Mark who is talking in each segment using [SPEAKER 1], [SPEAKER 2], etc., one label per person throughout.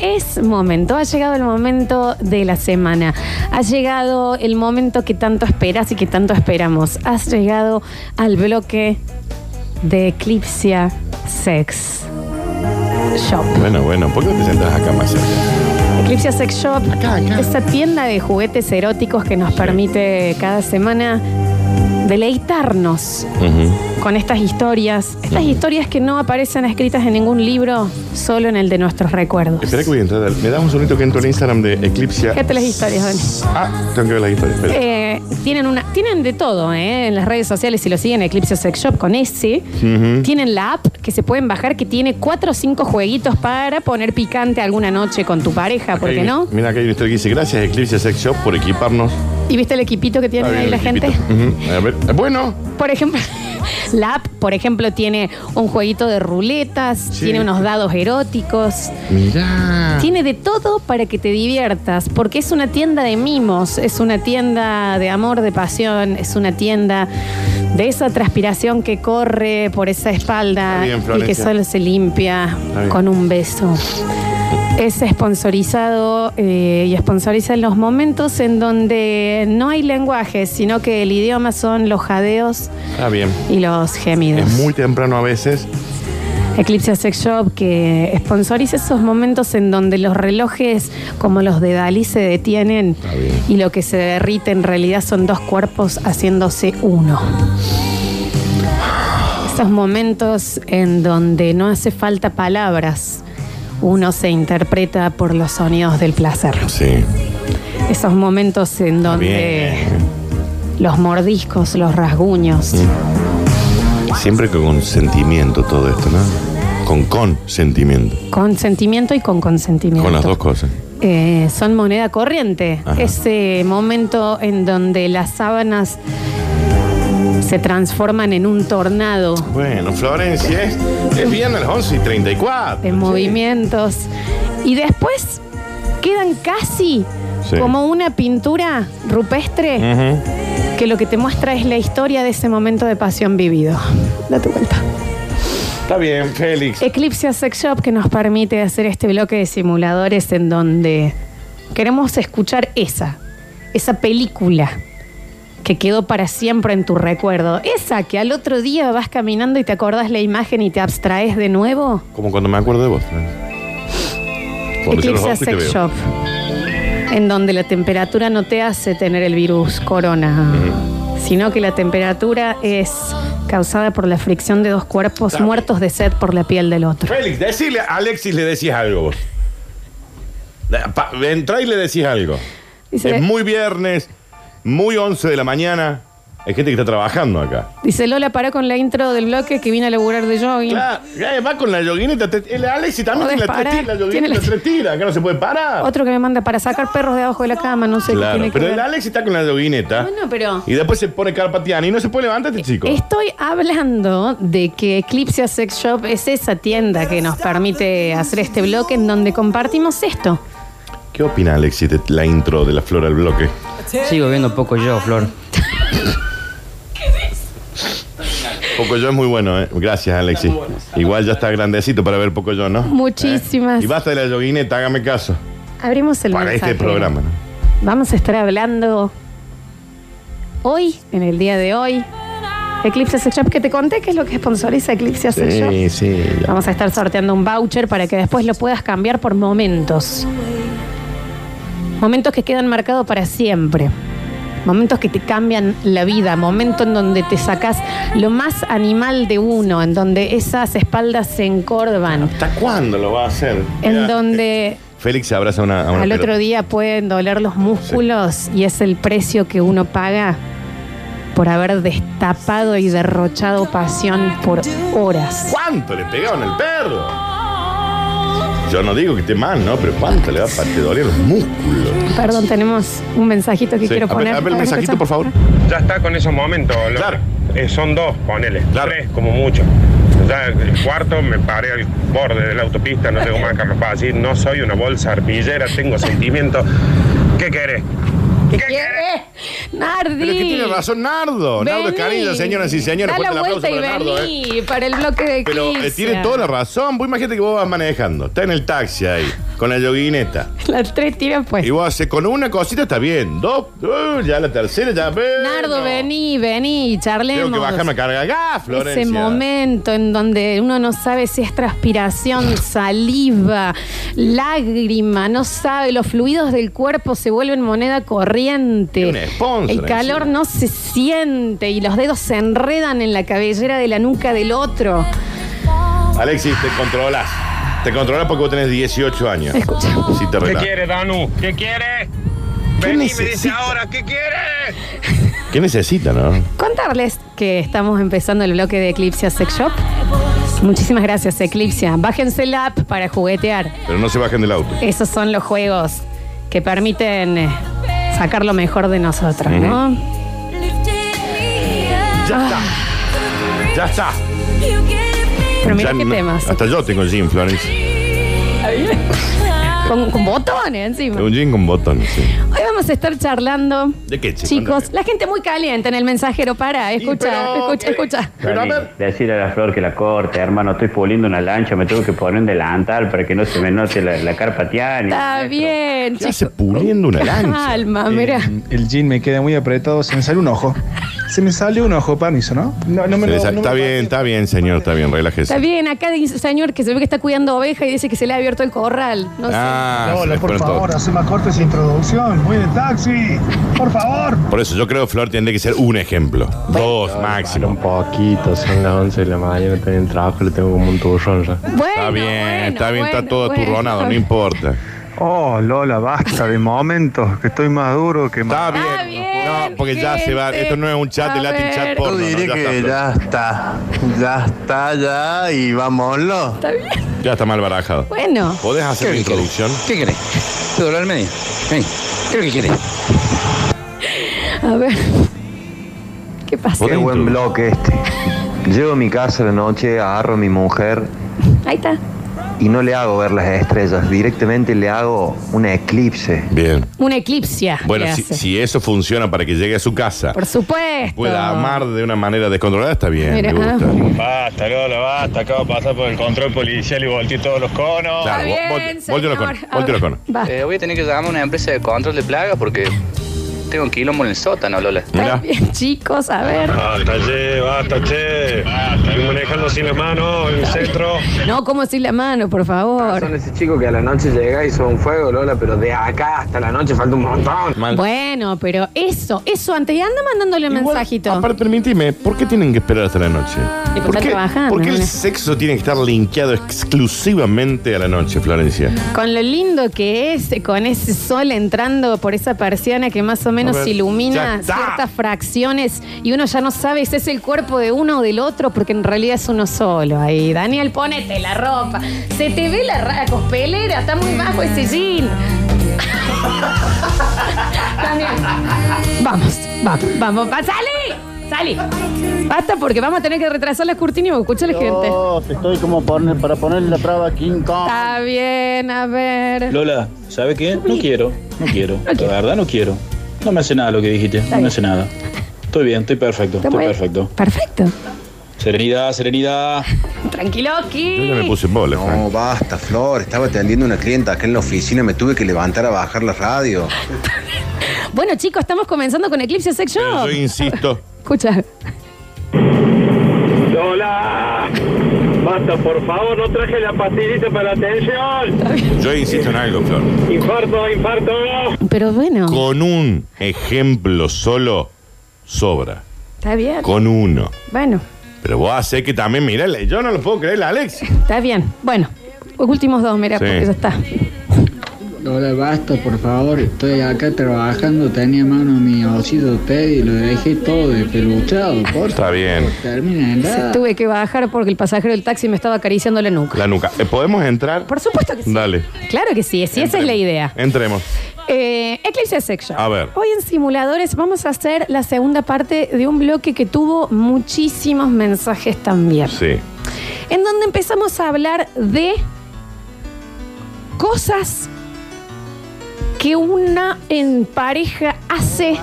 [SPEAKER 1] Es momento, ha llegado el momento de la semana, ha llegado el momento que tanto esperas y que tanto esperamos, has llegado al bloque de Eclipsia Sex Shop.
[SPEAKER 2] Bueno, bueno, ¿por qué no te sentás acá más cerca?
[SPEAKER 1] Eclipsia Sex Shop,
[SPEAKER 2] Acá, acá.
[SPEAKER 1] esa tienda de juguetes eróticos que nos permite cada semana deleitarnos
[SPEAKER 2] Ujú.
[SPEAKER 1] con estas historias, estas historias que no aparecen escritas en ningún libro, solo en el de nuestros recuerdos.
[SPEAKER 2] Espera que voy a entrar. al- Me das un segundito que entro al Instagram de Eclipsia.
[SPEAKER 1] Fíjate las historias, Dani.
[SPEAKER 2] Ah, tengo que ver las historias. espera.
[SPEAKER 1] Eh, tienen una, tienen de todo, ¿eh? En las redes sociales, si lo siguen, Eclipse Sex Shop con ese.
[SPEAKER 2] Ujú.
[SPEAKER 1] Tienen la app que se pueden bajar que tiene cuatro o cinco jueguitos para poner picante alguna noche con tu pareja,
[SPEAKER 2] Acá
[SPEAKER 1] ¿por
[SPEAKER 2] hay
[SPEAKER 1] qué
[SPEAKER 2] un-
[SPEAKER 1] no?
[SPEAKER 2] Mira, acá hay una historia que dice: Gracias, Eclipsia Sex Shop, por equiparnos.
[SPEAKER 1] ¿Y viste el equipito que tiene
[SPEAKER 2] Está
[SPEAKER 1] ahí
[SPEAKER 2] bien,
[SPEAKER 1] la
[SPEAKER 2] el equipito.
[SPEAKER 1] gente?
[SPEAKER 2] Ujú. A ver, eh, bueno.
[SPEAKER 1] Por ejemplo, la app, por ejemplo, tiene un jueguito de ruletas,
[SPEAKER 2] Sí.
[SPEAKER 1] tiene unos dados eróticos,
[SPEAKER 2] Mirá.
[SPEAKER 1] Tiene de todo para que te diviertas, porque es una tienda de mimos, es una tienda de amor, de pasión, es una tienda de esa transpiración que corre por esa
[SPEAKER 2] Está
[SPEAKER 1] espalda
[SPEAKER 2] bien,
[SPEAKER 1] y que
[SPEAKER 2] Florencia.
[SPEAKER 1] solo se limpia
[SPEAKER 2] bien.
[SPEAKER 1] con un beso. Es sponsorizado eh, y sponsoriza en los momentos en donde no hay lenguaje, sino que el idioma son los jadeos
[SPEAKER 2] Está bien.
[SPEAKER 1] y los gemidos.
[SPEAKER 2] Es muy temprano a veces.
[SPEAKER 1] Eclipse Sex Shop que sponsoriza esos momentos en donde los relojes como los de Dalí se detienen
[SPEAKER 2] Está bien.
[SPEAKER 1] y lo que se derrite en realidad son dos cuerpos haciéndose uno. Esos momentos en donde no hace falta palabras, uno se interpreta por los sonidos del placer.
[SPEAKER 2] Sí.
[SPEAKER 1] Esos momentos en donde los mordiscos, los rasguños.
[SPEAKER 2] Mm. Siempre con consentimiento todo esto, ¿no? Con consentimiento.
[SPEAKER 1] Consentimiento y con consentimiento.
[SPEAKER 2] Con las dos cosas.
[SPEAKER 1] Eh, son moneda corriente.
[SPEAKER 2] Ajá.
[SPEAKER 1] Ese momento en donde las sábanas se transforman en un tornado
[SPEAKER 2] Bueno, Florencia, es, es bien a las 11 y 34.
[SPEAKER 1] de
[SPEAKER 2] Ah, Sí.
[SPEAKER 1] movimientos y después quedan casi
[SPEAKER 2] Sí.
[SPEAKER 1] como una pintura rupestre
[SPEAKER 2] Ujú.
[SPEAKER 1] que lo que te muestra es la historia de ese momento de pasión vivido. Date vuelta.
[SPEAKER 2] Está bien, Félix.
[SPEAKER 1] Eclipse Sex Shop que nos permite hacer este bloque de simuladores en donde queremos escuchar esa, esa película que quedó para siempre en tu recuerdo. Esa que al otro día vas caminando y te acordás la imagen y te abstraes de nuevo.
[SPEAKER 2] Como cuando me acuerdo de vos. Florencia. Cuando cierro los
[SPEAKER 1] Eclipse
[SPEAKER 2] ojos y te
[SPEAKER 1] Sex
[SPEAKER 2] veo.
[SPEAKER 1] Shop. En donde la temperatura no te hace tener el virus corona, sino que la temperatura es causada por la fricción de dos cuerpos
[SPEAKER 2] Dame.
[SPEAKER 1] muertos de sed por la piel del otro.
[SPEAKER 2] Félix, decile, a Alexis le decís algo vos. Da- pa- Entrá y le decís algo.
[SPEAKER 1] Dice-
[SPEAKER 2] Es muy viernes, muy 11 de la mañana. Hay gente que está trabajando acá.
[SPEAKER 1] Dice Lola, para con la intro del bloque que vine a laburar de jogging.
[SPEAKER 2] Claro, eh, va con la yoguineta. te- eh, el Alexis también
[SPEAKER 1] Podés
[SPEAKER 2] tiene la,
[SPEAKER 1] parar,
[SPEAKER 2] tres- la yoguineta
[SPEAKER 1] tiene la-
[SPEAKER 2] las tres tiras, Acá no se puede parar.
[SPEAKER 1] Otro que me manda para sacar perros de abajo de la cama, no sé
[SPEAKER 2] claro,
[SPEAKER 1] qué tiene
[SPEAKER 2] pero
[SPEAKER 1] que
[SPEAKER 2] el
[SPEAKER 1] ver.
[SPEAKER 2] Alexis está con la yoguineta.
[SPEAKER 1] Bueno, pero
[SPEAKER 2] Y
[SPEAKER 1] Eh,
[SPEAKER 2] después se pone carpateana y no se puede levantar este chico.
[SPEAKER 1] estoy hablando de que Eclipse Sex Shop es esa tienda que nos permite hacer este bloque en donde compartimos esto.
[SPEAKER 2] ¿Qué opina Alexis de la intro de la flor al bloque?
[SPEAKER 3] Sigo viendo poco yo, Flor.
[SPEAKER 2] Poco yo es muy bueno, ¿eh? Gracias, Alexis. Igual ya está grandecito para ver Poco yo, ¿no?
[SPEAKER 1] Muchísimas.
[SPEAKER 2] Ah, eh, Y basta de la yoguineta, hágame caso.
[SPEAKER 1] Abrimos el
[SPEAKER 2] Para este
[SPEAKER 1] mensajero.
[SPEAKER 2] programa, ¿no?
[SPEAKER 1] Vamos a estar hablando hoy, en el día de hoy. Eclipse Sex Shop, que te conté que es lo que sponsoriza Eclipse Sex Shop.
[SPEAKER 2] Sí, sí. ya.
[SPEAKER 1] Vamos a estar sorteando un voucher para que después lo puedas cambiar por momentos. Momentos que quedan marcados para siempre. Momentos que te cambian la vida, momento en donde te sacas lo más animal de uno, en donde esas espaldas se encorvan,
[SPEAKER 2] ¿Hasta cuándo lo va a hacer?
[SPEAKER 1] en
[SPEAKER 2] Mira,
[SPEAKER 1] donde
[SPEAKER 2] Félix se abraza a una, a una
[SPEAKER 1] al otro
[SPEAKER 2] pelota.
[SPEAKER 1] día pueden doler los músculos y es el precio que uno paga por haber destapado y derrochado pasión por horas.
[SPEAKER 2] ¿Cuánto le pegaron al perro? Yo no digo que esté mal, ¿no? Pero ¿cuánto le va a te doler los músculos?
[SPEAKER 1] Perdón, tenemos un mensajito que
[SPEAKER 2] Sí,
[SPEAKER 1] quiero
[SPEAKER 2] a ver,
[SPEAKER 1] poner.
[SPEAKER 2] a ver el
[SPEAKER 1] A ver,
[SPEAKER 2] mensajito,
[SPEAKER 1] escucha.
[SPEAKER 2] por favor.
[SPEAKER 4] Ya está con esos momentos, loco.
[SPEAKER 2] Claro.
[SPEAKER 4] Eh, son dos, ponele.
[SPEAKER 2] Claro.
[SPEAKER 4] Tres, como mucho. Ya el cuarto me paré al borde de la autopista, no tengo más carro para decir, no soy una bolsa arpillera, tengo sentimientos. ¿Qué querés?
[SPEAKER 1] ¿Qué quiere? Nardi.
[SPEAKER 2] Pero que tiene razón Nardo. Nardo
[SPEAKER 1] Vení.
[SPEAKER 2] Canilla, señoras y señores.
[SPEAKER 1] Da
[SPEAKER 2] Fuerte el
[SPEAKER 1] la
[SPEAKER 2] aplauso
[SPEAKER 1] vuelta y
[SPEAKER 2] para Nardo, eh.
[SPEAKER 1] vení para el bloque de
[SPEAKER 2] Pero eh,
[SPEAKER 1] Kirchner.
[SPEAKER 2] tiene toda la razón. Vos imagínate que vos vas manejando. Está en el taxi ahí, con la yoguineta.
[SPEAKER 1] Las tres tiras pues.
[SPEAKER 2] Y vos haces con una cosita, está bien. Dos, uh, ya la tercera, ya. bueno.
[SPEAKER 1] Nardo, vení, vení, charlemos.
[SPEAKER 2] Tengo que bajarme a cargar gas, Florencia.
[SPEAKER 1] Ese momento en donde uno no sabe si es transpiración, saliva, lágrima, no sabe, los fluidos del cuerpo se vuelven moneda corriente.
[SPEAKER 2] Y una esponja
[SPEAKER 1] El calor
[SPEAKER 2] encima.
[SPEAKER 1] no se siente y los dedos se enredan en la cabellera de la nuca del otro.
[SPEAKER 2] Alexis, te controlas. Te controlás porque vos tenés 18 años.
[SPEAKER 1] Escucha.
[SPEAKER 2] Si te
[SPEAKER 4] ¿Qué
[SPEAKER 2] relajas.
[SPEAKER 4] quiere, Danu? ¿Qué quiere?
[SPEAKER 2] ¿Qué
[SPEAKER 4] Vení, me dice "Ah".
[SPEAKER 2] necesita?
[SPEAKER 4] ahora, ¿qué quiere?
[SPEAKER 2] ¿Qué necesita, no?
[SPEAKER 1] Contarles que estamos empezando el bloque de Eclipse Sex Shop. Muchísimas gracias, Eclipse. Bájense la app para juguetear.
[SPEAKER 2] Pero no se bajen del auto.
[SPEAKER 1] Esos son los juegos que permiten eh, sacar lo mejor de nosotros,
[SPEAKER 2] Ujú.
[SPEAKER 1] ¿no?
[SPEAKER 2] Ya está. Ya está.
[SPEAKER 1] Pero mira
[SPEAKER 2] Ya
[SPEAKER 1] qué
[SPEAKER 2] no-
[SPEAKER 1] temas.
[SPEAKER 2] Hasta yo tengo jean, Florencia.
[SPEAKER 1] Ah. Con, con botones encima.
[SPEAKER 2] Un jean con botones, sí.
[SPEAKER 1] Hoy vamos a estar charlando.
[SPEAKER 2] ¿De qué, chico?
[SPEAKER 1] Chicos,
[SPEAKER 2] Ándale.
[SPEAKER 1] la gente muy caliente en el mensajero. Para, escucha,
[SPEAKER 2] pero- eh,
[SPEAKER 1] escucha, escucha.
[SPEAKER 2] Pero a
[SPEAKER 3] Dani,
[SPEAKER 2] ver.
[SPEAKER 3] Decirle a la flor que la corte, hermano. Estoy puliendo una lancha, me tengo que poner un delantal para que no se me note la, la carpa tiana.
[SPEAKER 1] Está bien,
[SPEAKER 2] ¿Qué hace
[SPEAKER 1] chicos.
[SPEAKER 2] puliendo una lancha?
[SPEAKER 1] Calma,
[SPEAKER 5] Eh,
[SPEAKER 1] mira.
[SPEAKER 5] El jean me queda muy apretado, se me sale un ojo. Se me sale un ojo, permiso, ¿no? No, no me
[SPEAKER 2] Se
[SPEAKER 5] lo-
[SPEAKER 2] les-
[SPEAKER 5] no me
[SPEAKER 2] está
[SPEAKER 5] lo
[SPEAKER 2] bien,
[SPEAKER 5] partí.
[SPEAKER 2] está bien, señor, está bien, relájese.
[SPEAKER 1] Está bien, acá dice un señor que se ve que está cuidando oveja y dice que se le ha abierto el corral. No
[SPEAKER 2] Ah, se
[SPEAKER 5] Lola,
[SPEAKER 2] les
[SPEAKER 5] por
[SPEAKER 2] pone todo.
[SPEAKER 5] favor, hace más cortes e introducción. Voy de taxi. Por favor.
[SPEAKER 2] Por eso yo creo que Flor tiene que ser un ejemplo. Dos máximo.
[SPEAKER 6] Un poquito, son las 11 de la mañana, estoy en el trabajo, lo tengo como un turrón ya.
[SPEAKER 1] sé. Bueno,
[SPEAKER 2] Está bien,
[SPEAKER 1] bueno,
[SPEAKER 2] está bien, está
[SPEAKER 1] bueno,
[SPEAKER 2] todo
[SPEAKER 1] bueno.
[SPEAKER 2] aturronado, no importa.
[SPEAKER 7] Oh, Lola, basta de momentos, que estoy más duro que más.
[SPEAKER 2] Está bien.
[SPEAKER 1] Está bien,
[SPEAKER 2] No, porque ya se va.
[SPEAKER 1] gente.
[SPEAKER 2] Esto no es un chat de
[SPEAKER 1] A
[SPEAKER 2] Latin chat
[SPEAKER 1] ver.
[SPEAKER 2] porno. ¿no? Ya, está,
[SPEAKER 7] está, ya está, ya, y vámonos.
[SPEAKER 1] Está bien.
[SPEAKER 2] ya está mal barajado.
[SPEAKER 1] Bueno,
[SPEAKER 2] ¿Podés hacer una introducción?
[SPEAKER 8] ¿Qué querés? ¿Te dobló el medio? Vení. ¿Qué es lo que querés?
[SPEAKER 1] a ver. ¿Qué pasa?
[SPEAKER 2] ¿Podés
[SPEAKER 6] Qué buen
[SPEAKER 2] introducir?
[SPEAKER 6] bloque este. Llego a mi casa a la noche, agarro a mi mujer
[SPEAKER 1] Ahí está.
[SPEAKER 6] y no le hago ver las estrellas, directamente le hago un eclipse.
[SPEAKER 2] Bien.
[SPEAKER 1] Una eclipsia.
[SPEAKER 2] Bueno,
[SPEAKER 1] le
[SPEAKER 2] si,
[SPEAKER 1] hace.
[SPEAKER 2] si eso funciona para que llegue a su casa,
[SPEAKER 1] Por supuesto.
[SPEAKER 2] pueda amar de una manera descontrolada, está bien.
[SPEAKER 1] Mira,
[SPEAKER 2] me gusta.
[SPEAKER 1] ah.
[SPEAKER 4] Basta, Lola, basta. Acabo de pasar por el control policial y volteé todos los conos.
[SPEAKER 2] Claro,
[SPEAKER 1] Está bien,
[SPEAKER 2] vol- vol- volteo los
[SPEAKER 1] señor.
[SPEAKER 2] conos, volteo los conos.
[SPEAKER 1] Va.
[SPEAKER 8] Eh, voy a tener que llamar a una empresa de control de plagas porque tengo un quilombo en el sótano, Lola.
[SPEAKER 1] Está
[SPEAKER 2] Mirá.
[SPEAKER 1] bien, chicos, a ver.
[SPEAKER 4] Basta, che, basta, che. Estoy manejando sin la mano en el centro.
[SPEAKER 1] No, como si la mano, por favor.
[SPEAKER 9] ese chico que a la noche llega y son un fuego, Lola, pero de acá hasta la noche falta un montón.
[SPEAKER 2] Mal.
[SPEAKER 1] Bueno, pero eso, eso antes. Y anda mandándole un
[SPEAKER 2] Igual,
[SPEAKER 1] mensajito.
[SPEAKER 2] Aparte, permíteme, ¿por qué tienen que esperar hasta la noche?
[SPEAKER 1] Y porque
[SPEAKER 2] ¿Por
[SPEAKER 1] están
[SPEAKER 2] qué,
[SPEAKER 1] trabajando,
[SPEAKER 2] por qué el
[SPEAKER 1] Ah, ¿no?
[SPEAKER 2] sexo tiene que estar linkeado exclusivamente a la noche, Florencia?
[SPEAKER 1] Con lo lindo que es, con ese sol entrando por esa persiana que más o menos
[SPEAKER 2] ver, ya
[SPEAKER 1] ilumina
[SPEAKER 2] está.
[SPEAKER 1] ciertas fracciones y uno ya no sabe si es el cuerpo de uno o del otro porque en realidad es uno solo. Ahí, Daniel, ponete la ropa. Se te ve la, ra- la cospelera, está muy bajo ese jean. Daniel, vamos, vamos, vamos, va, salí, salí. Basta porque vamos a tener que retrasar la cortina y escucha la gente.
[SPEAKER 10] Estoy como para ponerle la prueba a King Kong.
[SPEAKER 1] Está bien, a ver.
[SPEAKER 10] Lola, ¿sabe qué? No quiero, no quiero.
[SPEAKER 1] quiero.
[SPEAKER 10] La verdad no quiero. No me hace nada lo que dijiste, no
[SPEAKER 1] bien.
[SPEAKER 10] me hace nada. Estoy bien, estoy perfecto,
[SPEAKER 1] Está
[SPEAKER 10] estoy
[SPEAKER 1] muy-
[SPEAKER 10] perfecto.
[SPEAKER 1] Perfecto.
[SPEAKER 10] Serenidad, serenidad.
[SPEAKER 1] Tranquilo,
[SPEAKER 2] Yo ya me
[SPEAKER 1] aquí.
[SPEAKER 2] puse en bola, Frank.
[SPEAKER 11] No, basta, Flor. Estaba atendiendo una clienta acá en la oficina. Me tuve que levantar a bajar la radio.
[SPEAKER 1] Bueno, chicos, estamos comenzando con Eclipse Sex
[SPEAKER 2] Pero
[SPEAKER 1] Shop.
[SPEAKER 2] yo insisto.
[SPEAKER 1] Escucha.
[SPEAKER 4] Lola, basta, por favor, no traje la pastillita para atención.
[SPEAKER 2] Yo insisto en algo, Flor.
[SPEAKER 4] Infarto, infarto.
[SPEAKER 1] Pero bueno,
[SPEAKER 2] Con un ejemplo solo, sobra.
[SPEAKER 1] está bien.
[SPEAKER 2] Con uno.
[SPEAKER 1] Bueno,
[SPEAKER 2] Pero vos haces que también, mirá, yo no lo puedo creer, la Alexis.
[SPEAKER 1] está bien. Bueno, los últimos dos, mira,
[SPEAKER 2] Sí.
[SPEAKER 1] porque ya está.
[SPEAKER 9] Lola, basta, por favor. Estoy acá trabajando, tenía en mano mi osito Teddy y lo dejé todo despeluchado. Por
[SPEAKER 2] Está bien.
[SPEAKER 9] termina en
[SPEAKER 1] Se
[SPEAKER 9] nada.
[SPEAKER 1] tuve que bajar porque el pasajero del taxi me estaba acariciando la nuca.
[SPEAKER 2] La nuca. Eh, ¿Podemos entrar?
[SPEAKER 1] Por supuesto que sí.
[SPEAKER 2] Dale.
[SPEAKER 1] Claro que sí, si esa es la idea.
[SPEAKER 2] Entremos.
[SPEAKER 1] Eh, Eclipse Sex Shop.
[SPEAKER 2] A ver.
[SPEAKER 1] Hoy en Simuladores vamos a hacer la segunda parte de un bloque que tuvo muchísimos mensajes también.
[SPEAKER 2] Sí.
[SPEAKER 1] en donde empezamos a hablar de cosas que una en pareja hace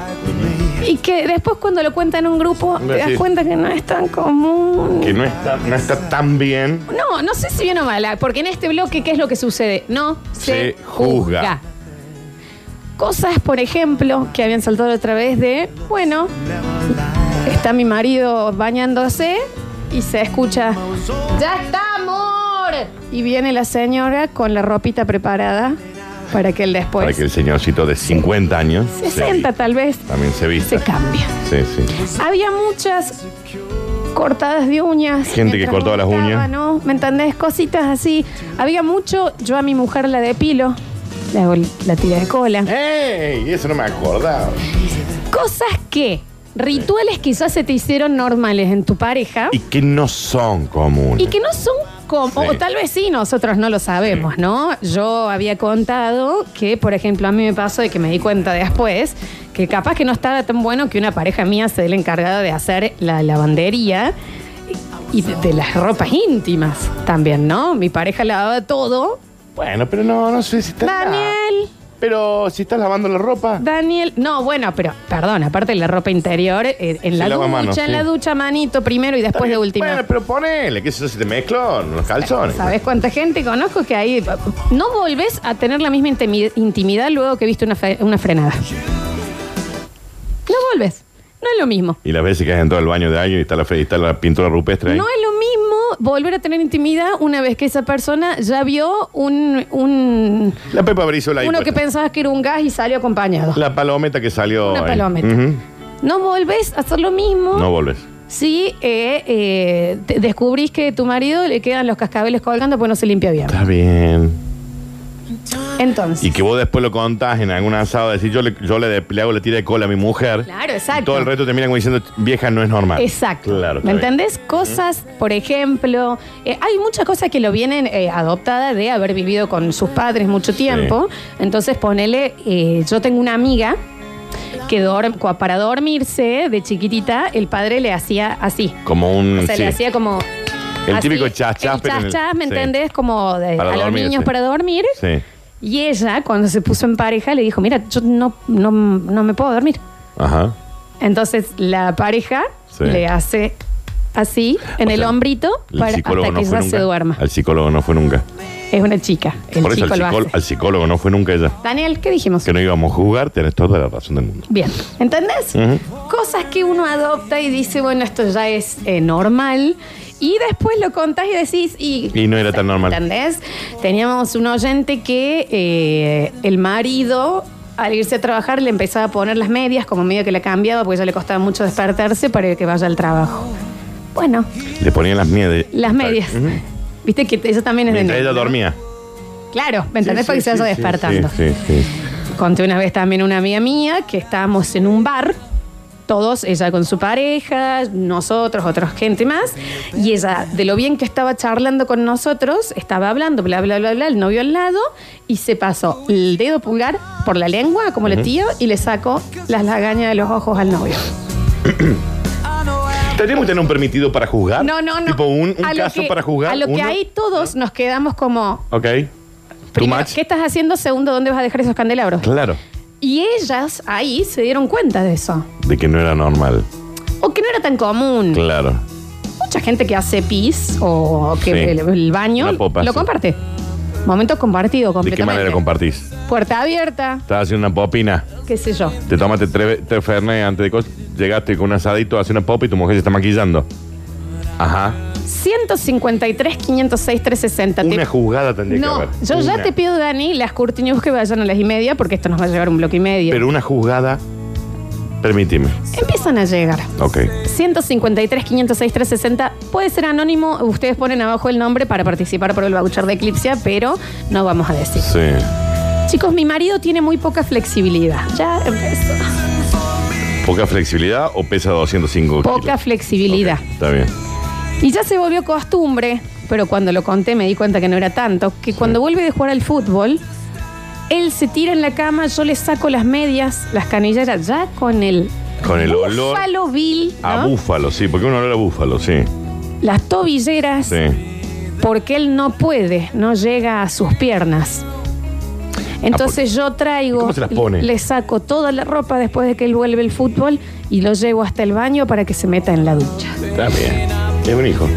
[SPEAKER 1] y que después cuando lo cuenta en un grupo te das
[SPEAKER 2] Sí.
[SPEAKER 1] cuenta que no es tan común.
[SPEAKER 2] Que no está, no está tan bien.
[SPEAKER 1] No, no sé si bien o mala, porque en este bloque, ¿qué es lo que sucede? No se,
[SPEAKER 2] Se juzga.
[SPEAKER 1] juzga. Cosas, por ejemplo, que habían saltado otra vez de, bueno, está mi marido bañándose y se escucha, ¡ya está, amor! Y viene la señora con la ropita preparada para que él después,
[SPEAKER 2] Para que el señorcito de 50 años se
[SPEAKER 1] 60 tal vez,
[SPEAKER 2] vi- también se vista.
[SPEAKER 1] se cambia.
[SPEAKER 2] Sí, sí.
[SPEAKER 1] Había muchas cortadas de uñas.
[SPEAKER 2] Gente que
[SPEAKER 1] mientras
[SPEAKER 2] cortaba las
[SPEAKER 1] montaba,
[SPEAKER 2] uñas.
[SPEAKER 1] ¿no? ¿Me entendés? Cositas así. Había mucho, yo a mi mujer la depilo, le hago la tira de cola.
[SPEAKER 2] ¡Ey! Eso no me acordaba.
[SPEAKER 1] Cosas que, rituales quizás se te hicieron normales en tu pareja
[SPEAKER 2] Y que no son comunes.
[SPEAKER 1] y que no son como,
[SPEAKER 2] Sí.
[SPEAKER 1] o tal vez sí, nosotros no lo sabemos, ¿no? Yo había contado que, por ejemplo, a mí me pasó de que me di cuenta después que capaz que no estaba tan bueno que una pareja mía se dé la encargada de hacer la lavandería y de, de las ropas íntimas también, ¿no? Mi pareja lavaba todo.
[SPEAKER 2] Bueno, pero no, no sé si está.
[SPEAKER 1] Daniel,
[SPEAKER 2] Pero si estás lavando la ropa.
[SPEAKER 1] Daniel, no, bueno, pero perdón, aparte de la ropa interior, eh, en la
[SPEAKER 2] lava
[SPEAKER 1] ducha,
[SPEAKER 2] a mano,
[SPEAKER 1] en la
[SPEAKER 2] sí.
[SPEAKER 1] ducha manito primero y después de última.
[SPEAKER 2] Bueno, pero ponele, que eso se te mezcló en los calzones.
[SPEAKER 1] ¿Sabes cuánta gente conozco que ahí no volvés a tener la misma intimi- intimidad luego que viste una, fe- una frenada? No volvés. No es lo mismo.
[SPEAKER 2] Y las veces que has entrado al baño de alguien y está la, fe- y está la pintura rupestre ahí.
[SPEAKER 1] No es lo mismo volver a tener intimidad una vez que esa persona ya vio un, un
[SPEAKER 2] la Pepa Brizola ahí.
[SPEAKER 1] uno que
[SPEAKER 2] puesta.
[SPEAKER 1] pensabas que era un gas y salió acompañado.
[SPEAKER 2] La palometa que salió.
[SPEAKER 1] Una
[SPEAKER 2] ahí.
[SPEAKER 1] palometa.
[SPEAKER 2] Ujú.
[SPEAKER 1] No volvés a hacer lo mismo
[SPEAKER 2] No volvés.
[SPEAKER 1] si eh, eh, te- descubrís que tu marido le quedan los cascabeles colgando porque no se limpia bien.
[SPEAKER 2] Está bien.
[SPEAKER 1] Entonces.
[SPEAKER 2] Y que vos después lo contás en algún asado, decís, yo le, yo le, de- le hago la tira de cola a mi mujer.
[SPEAKER 1] Claro, exacto.
[SPEAKER 2] Y todo el reto termina como diciendo, vieja no es normal.
[SPEAKER 1] Exacto.
[SPEAKER 2] Claro.
[SPEAKER 1] ¿Me
[SPEAKER 2] está bien.
[SPEAKER 1] entendés? Cosas, por ejemplo, eh, hay muchas cosas que lo vienen eh, adoptada de haber vivido con sus padres mucho tiempo. Entonces, ponele, eh, yo tengo una amiga que dorm- cua- para dormirse de chiquitita, el padre le hacía así.
[SPEAKER 2] Como un.
[SPEAKER 1] O sea,
[SPEAKER 2] Mm, sí.
[SPEAKER 1] le hacía como.
[SPEAKER 2] El
[SPEAKER 1] así,
[SPEAKER 2] típico chachá,
[SPEAKER 1] el
[SPEAKER 2] pero en el-
[SPEAKER 1] chachá, ¿me
[SPEAKER 2] sí.
[SPEAKER 1] entendés? Como de-
[SPEAKER 2] Para
[SPEAKER 1] a los
[SPEAKER 2] dormirse.
[SPEAKER 1] niños para dormir.
[SPEAKER 2] Sí.
[SPEAKER 1] Y ella, cuando se puso en pareja, le dijo: Mira, yo no, no, no me puedo dormir.
[SPEAKER 2] Ajá.
[SPEAKER 1] Entonces la pareja
[SPEAKER 2] Sí.
[SPEAKER 1] le hace así en
[SPEAKER 2] O
[SPEAKER 1] el
[SPEAKER 2] sea,
[SPEAKER 1] hombrito
[SPEAKER 2] El
[SPEAKER 1] para, hasta
[SPEAKER 2] psicólogo no
[SPEAKER 1] que
[SPEAKER 2] fue
[SPEAKER 1] ella
[SPEAKER 2] nunca.
[SPEAKER 1] se duerma.
[SPEAKER 2] Al psicólogo no fue nunca.
[SPEAKER 1] Es una chica. El
[SPEAKER 2] Por eso
[SPEAKER 1] chico
[SPEAKER 2] al,
[SPEAKER 1] lo
[SPEAKER 2] psicó-
[SPEAKER 1] hace.
[SPEAKER 2] al psicólogo no fue nunca ella.
[SPEAKER 1] Daniel, ¿qué dijimos?
[SPEAKER 2] Que no íbamos a jugar, tenés toda la razón del mundo.
[SPEAKER 1] Bien, ¿entendés? Cosas que uno adopta y dice, bueno, esto ya es eh, normal. Y después lo contás y decís, y
[SPEAKER 2] Y no era tan normal.
[SPEAKER 1] ¿Entendés? Teníamos un oyente que eh, el marido, al irse a trabajar, le empezaba a poner las medias, como medio que le cambiaba, porque ya le costaba mucho despertarse para que vaya al trabajo. Bueno,
[SPEAKER 2] Le ponían las miedes.
[SPEAKER 1] las medias. Viste que eso también es de
[SPEAKER 2] Mientras ella
[SPEAKER 1] negro.
[SPEAKER 2] dormía.
[SPEAKER 1] Claro, ¿me entendés? para que se vaya despertando.
[SPEAKER 2] Sí, sí, sí.
[SPEAKER 1] Conté una vez también a una amiga mía que estábamos en un bar, todos, ella con su pareja, nosotros, otra gente más, y ella, de lo bien que estaba charlando con nosotros, estaba hablando, bla, bla, bla, bla, el novio al lado, y se pasó el dedo pulgar por la lengua, como le
[SPEAKER 2] Ujú.
[SPEAKER 1] tío, y le sacó las lagañas de los ojos al novio.
[SPEAKER 2] ¿Tendríamos que tener un permitido para juzgar?
[SPEAKER 1] No, no, no.
[SPEAKER 2] Tipo un, un
[SPEAKER 1] A lo
[SPEAKER 2] caso
[SPEAKER 1] que-
[SPEAKER 2] para juzgar.
[SPEAKER 1] A lo que
[SPEAKER 2] uno.
[SPEAKER 1] ahí todos nos quedamos como,
[SPEAKER 2] Ok. Too
[SPEAKER 1] primero,
[SPEAKER 2] much.
[SPEAKER 1] ¿qué estás haciendo? Segundo, ¿dónde vas a dejar esos candelabros?
[SPEAKER 2] Claro.
[SPEAKER 1] Y ellas ahí se dieron cuenta de eso.
[SPEAKER 2] De que no era normal.
[SPEAKER 1] O que no era tan común.
[SPEAKER 2] Claro.
[SPEAKER 1] Mucha gente que hace pis o que
[SPEAKER 2] Sí.
[SPEAKER 1] el, el baño
[SPEAKER 2] Una popa,
[SPEAKER 1] lo
[SPEAKER 2] sí.
[SPEAKER 1] comparte. Momento compartido
[SPEAKER 2] ¿De qué
[SPEAKER 1] completamente.
[SPEAKER 2] manera compartís?
[SPEAKER 1] Puerta abierta,
[SPEAKER 2] Estás haciendo una popina.
[SPEAKER 1] qué sé yo.
[SPEAKER 2] Te tomaste tres, tres fernet antes de cosas. Llegaste con un asadito, haces una pop y tu mujer se está maquillando. Ajá.
[SPEAKER 1] 153, 506, 360. Te-
[SPEAKER 2] Una juzgada tendría
[SPEAKER 1] no,
[SPEAKER 2] que haber.
[SPEAKER 1] yo ya
[SPEAKER 2] Una.
[SPEAKER 1] te pido, Dani, las Curti News que vayan a las y media porque esto nos va a llevar un bloque y medio.
[SPEAKER 2] Pero una juzgada. Permíteme.
[SPEAKER 1] Empiezan a llegar.
[SPEAKER 2] Ok.
[SPEAKER 1] 153, 506, 360. Puede ser anónimo. Ustedes ponen abajo el nombre para participar por el voucher de Eclipse, pero no vamos a decir.
[SPEAKER 2] Sí.
[SPEAKER 1] Chicos, mi marido tiene muy poca flexibilidad. Ya empezó.
[SPEAKER 2] ¿Poca flexibilidad o pesa 205
[SPEAKER 1] Poca
[SPEAKER 2] kilos?
[SPEAKER 1] flexibilidad.
[SPEAKER 2] Está bien.
[SPEAKER 1] Y ya se volvió costumbre, pero cuando lo conté me di cuenta que no era tanto, que cuando vuelve de jugar al fútbol, él se tira en la cama, yo le saco las medias, las canilleras, ya con el...
[SPEAKER 2] Con el olor
[SPEAKER 1] búfalo vil,
[SPEAKER 2] a
[SPEAKER 1] ¿no?
[SPEAKER 2] búfalo, sí, porque un olor a búfalo, sí.
[SPEAKER 1] las tobilleras,
[SPEAKER 2] Sí.
[SPEAKER 1] porque él no puede, no llega a sus piernas. Entonces yo traigo,
[SPEAKER 2] Ah, ¿Cómo se las pone?
[SPEAKER 1] le saco toda la ropa después de que él vuelve el fútbol y lo llevo hasta el baño para que se meta en la ducha.
[SPEAKER 2] Está bien. Es un hijo.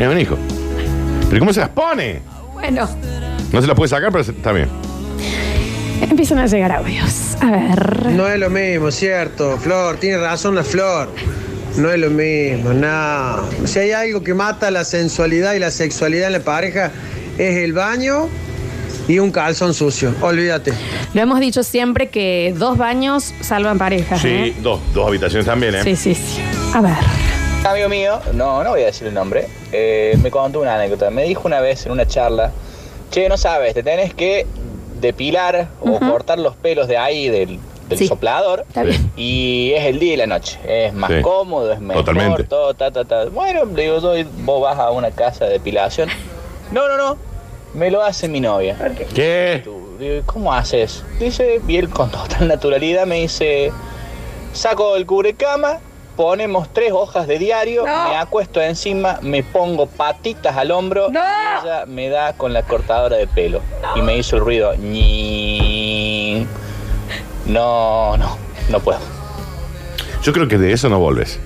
[SPEAKER 2] Es un hijo. ¿Pero cómo se las pone?
[SPEAKER 1] Bueno,
[SPEAKER 2] No se las puede sacar, pero se- está bien.
[SPEAKER 1] empiezan a llegar audios. A ver.
[SPEAKER 12] No es lo mismo, cierto. Flor, tiene razón la Flor. No es lo mismo, nada. Si hay algo que mata la sensualidad y la sexualidad en la pareja, es el baño y un calzón sucio. Olvídate.
[SPEAKER 1] Lo hemos dicho siempre que dos baños salvan parejas.
[SPEAKER 2] Sí,
[SPEAKER 1] ¿eh?
[SPEAKER 2] dos, dos habitaciones también, ¿eh?
[SPEAKER 1] Sí, sí, sí. A ver.
[SPEAKER 8] Un amigo mío, no, no voy a decir el nombre, eh, me contó una anécdota. Me dijo una vez en una charla, che, no sabes, te tenés que depilar o cortar los pelos de ahí del, del soplador
[SPEAKER 2] bien.
[SPEAKER 8] y es el día y la noche. Es más
[SPEAKER 2] Sí.
[SPEAKER 8] cómodo, es mejor,
[SPEAKER 2] Totalmente.
[SPEAKER 8] todo, ta, ta, ta. Bueno, le digo, yo, vos vas a una casa de depilación. No, no, no, me lo hace mi novia.
[SPEAKER 2] ¿Qué?
[SPEAKER 8] Digo, ¿Cómo haces? Dice, y él con total naturalidad me dice, saco el cubrecama, ponemos tres hojas de diario, me acuesto encima, me pongo patitas al hombro y ella me da con la cortadora de pelo. Y me hizo el ruido, ñiiiing. No, no, no puedo.
[SPEAKER 2] Yo creo que de eso no volves.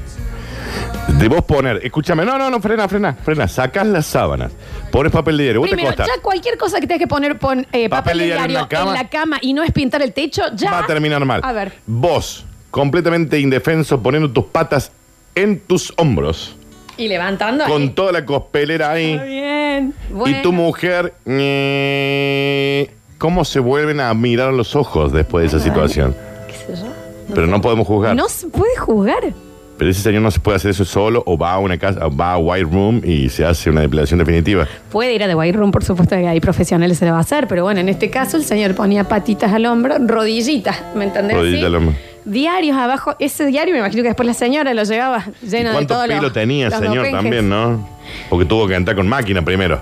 [SPEAKER 2] De vos poner, escúchame, no, no, no, frena, frena, frena. Sacás las sábanas, pones papel de diario, vos te
[SPEAKER 1] Primero,
[SPEAKER 2] costás.
[SPEAKER 1] ya cualquier cosa que tengas que poner pon, eh, papel, de
[SPEAKER 2] diario en
[SPEAKER 1] diario
[SPEAKER 2] la cama.
[SPEAKER 1] en la cama y no es pintar el techo, ya.
[SPEAKER 2] Va a terminar mal.
[SPEAKER 1] A ver.
[SPEAKER 2] Vos, completamente indefenso, poniendo tus patas en tus hombros,
[SPEAKER 1] Y levantando. ahí.
[SPEAKER 2] con toda la cospelera ahí.
[SPEAKER 1] Está bien.
[SPEAKER 2] Y tu mujer. ñe. ¿Cómo se vuelven a mirar a los ojos después de esa situación?
[SPEAKER 1] ¿Qué sé yo?
[SPEAKER 2] Pero no podemos juzgar.
[SPEAKER 1] No se puede jugar.
[SPEAKER 2] Pero ese señor no se puede hacer eso solo o va a una casa, va a White Room y se hace una depilación definitiva.
[SPEAKER 1] Puede ir a The White Room, por supuesto que hay profesionales se lo va a hacer, pero bueno, en este caso el señor ponía patitas al hombro, rodillitas, ¿me entendés?
[SPEAKER 2] Rodillita
[SPEAKER 1] Sí.
[SPEAKER 2] al hombro.
[SPEAKER 1] Diarios abajo, ese diario me imagino que después la señora lo llevaba
[SPEAKER 2] ¿Y
[SPEAKER 1] lleno de
[SPEAKER 2] ¿Cuántos
[SPEAKER 1] todo
[SPEAKER 2] pelo
[SPEAKER 1] los-
[SPEAKER 2] tenía el
[SPEAKER 1] los
[SPEAKER 2] señor
[SPEAKER 1] dopenjes.
[SPEAKER 2] también, no? Porque tuvo que entrar con máquina primero.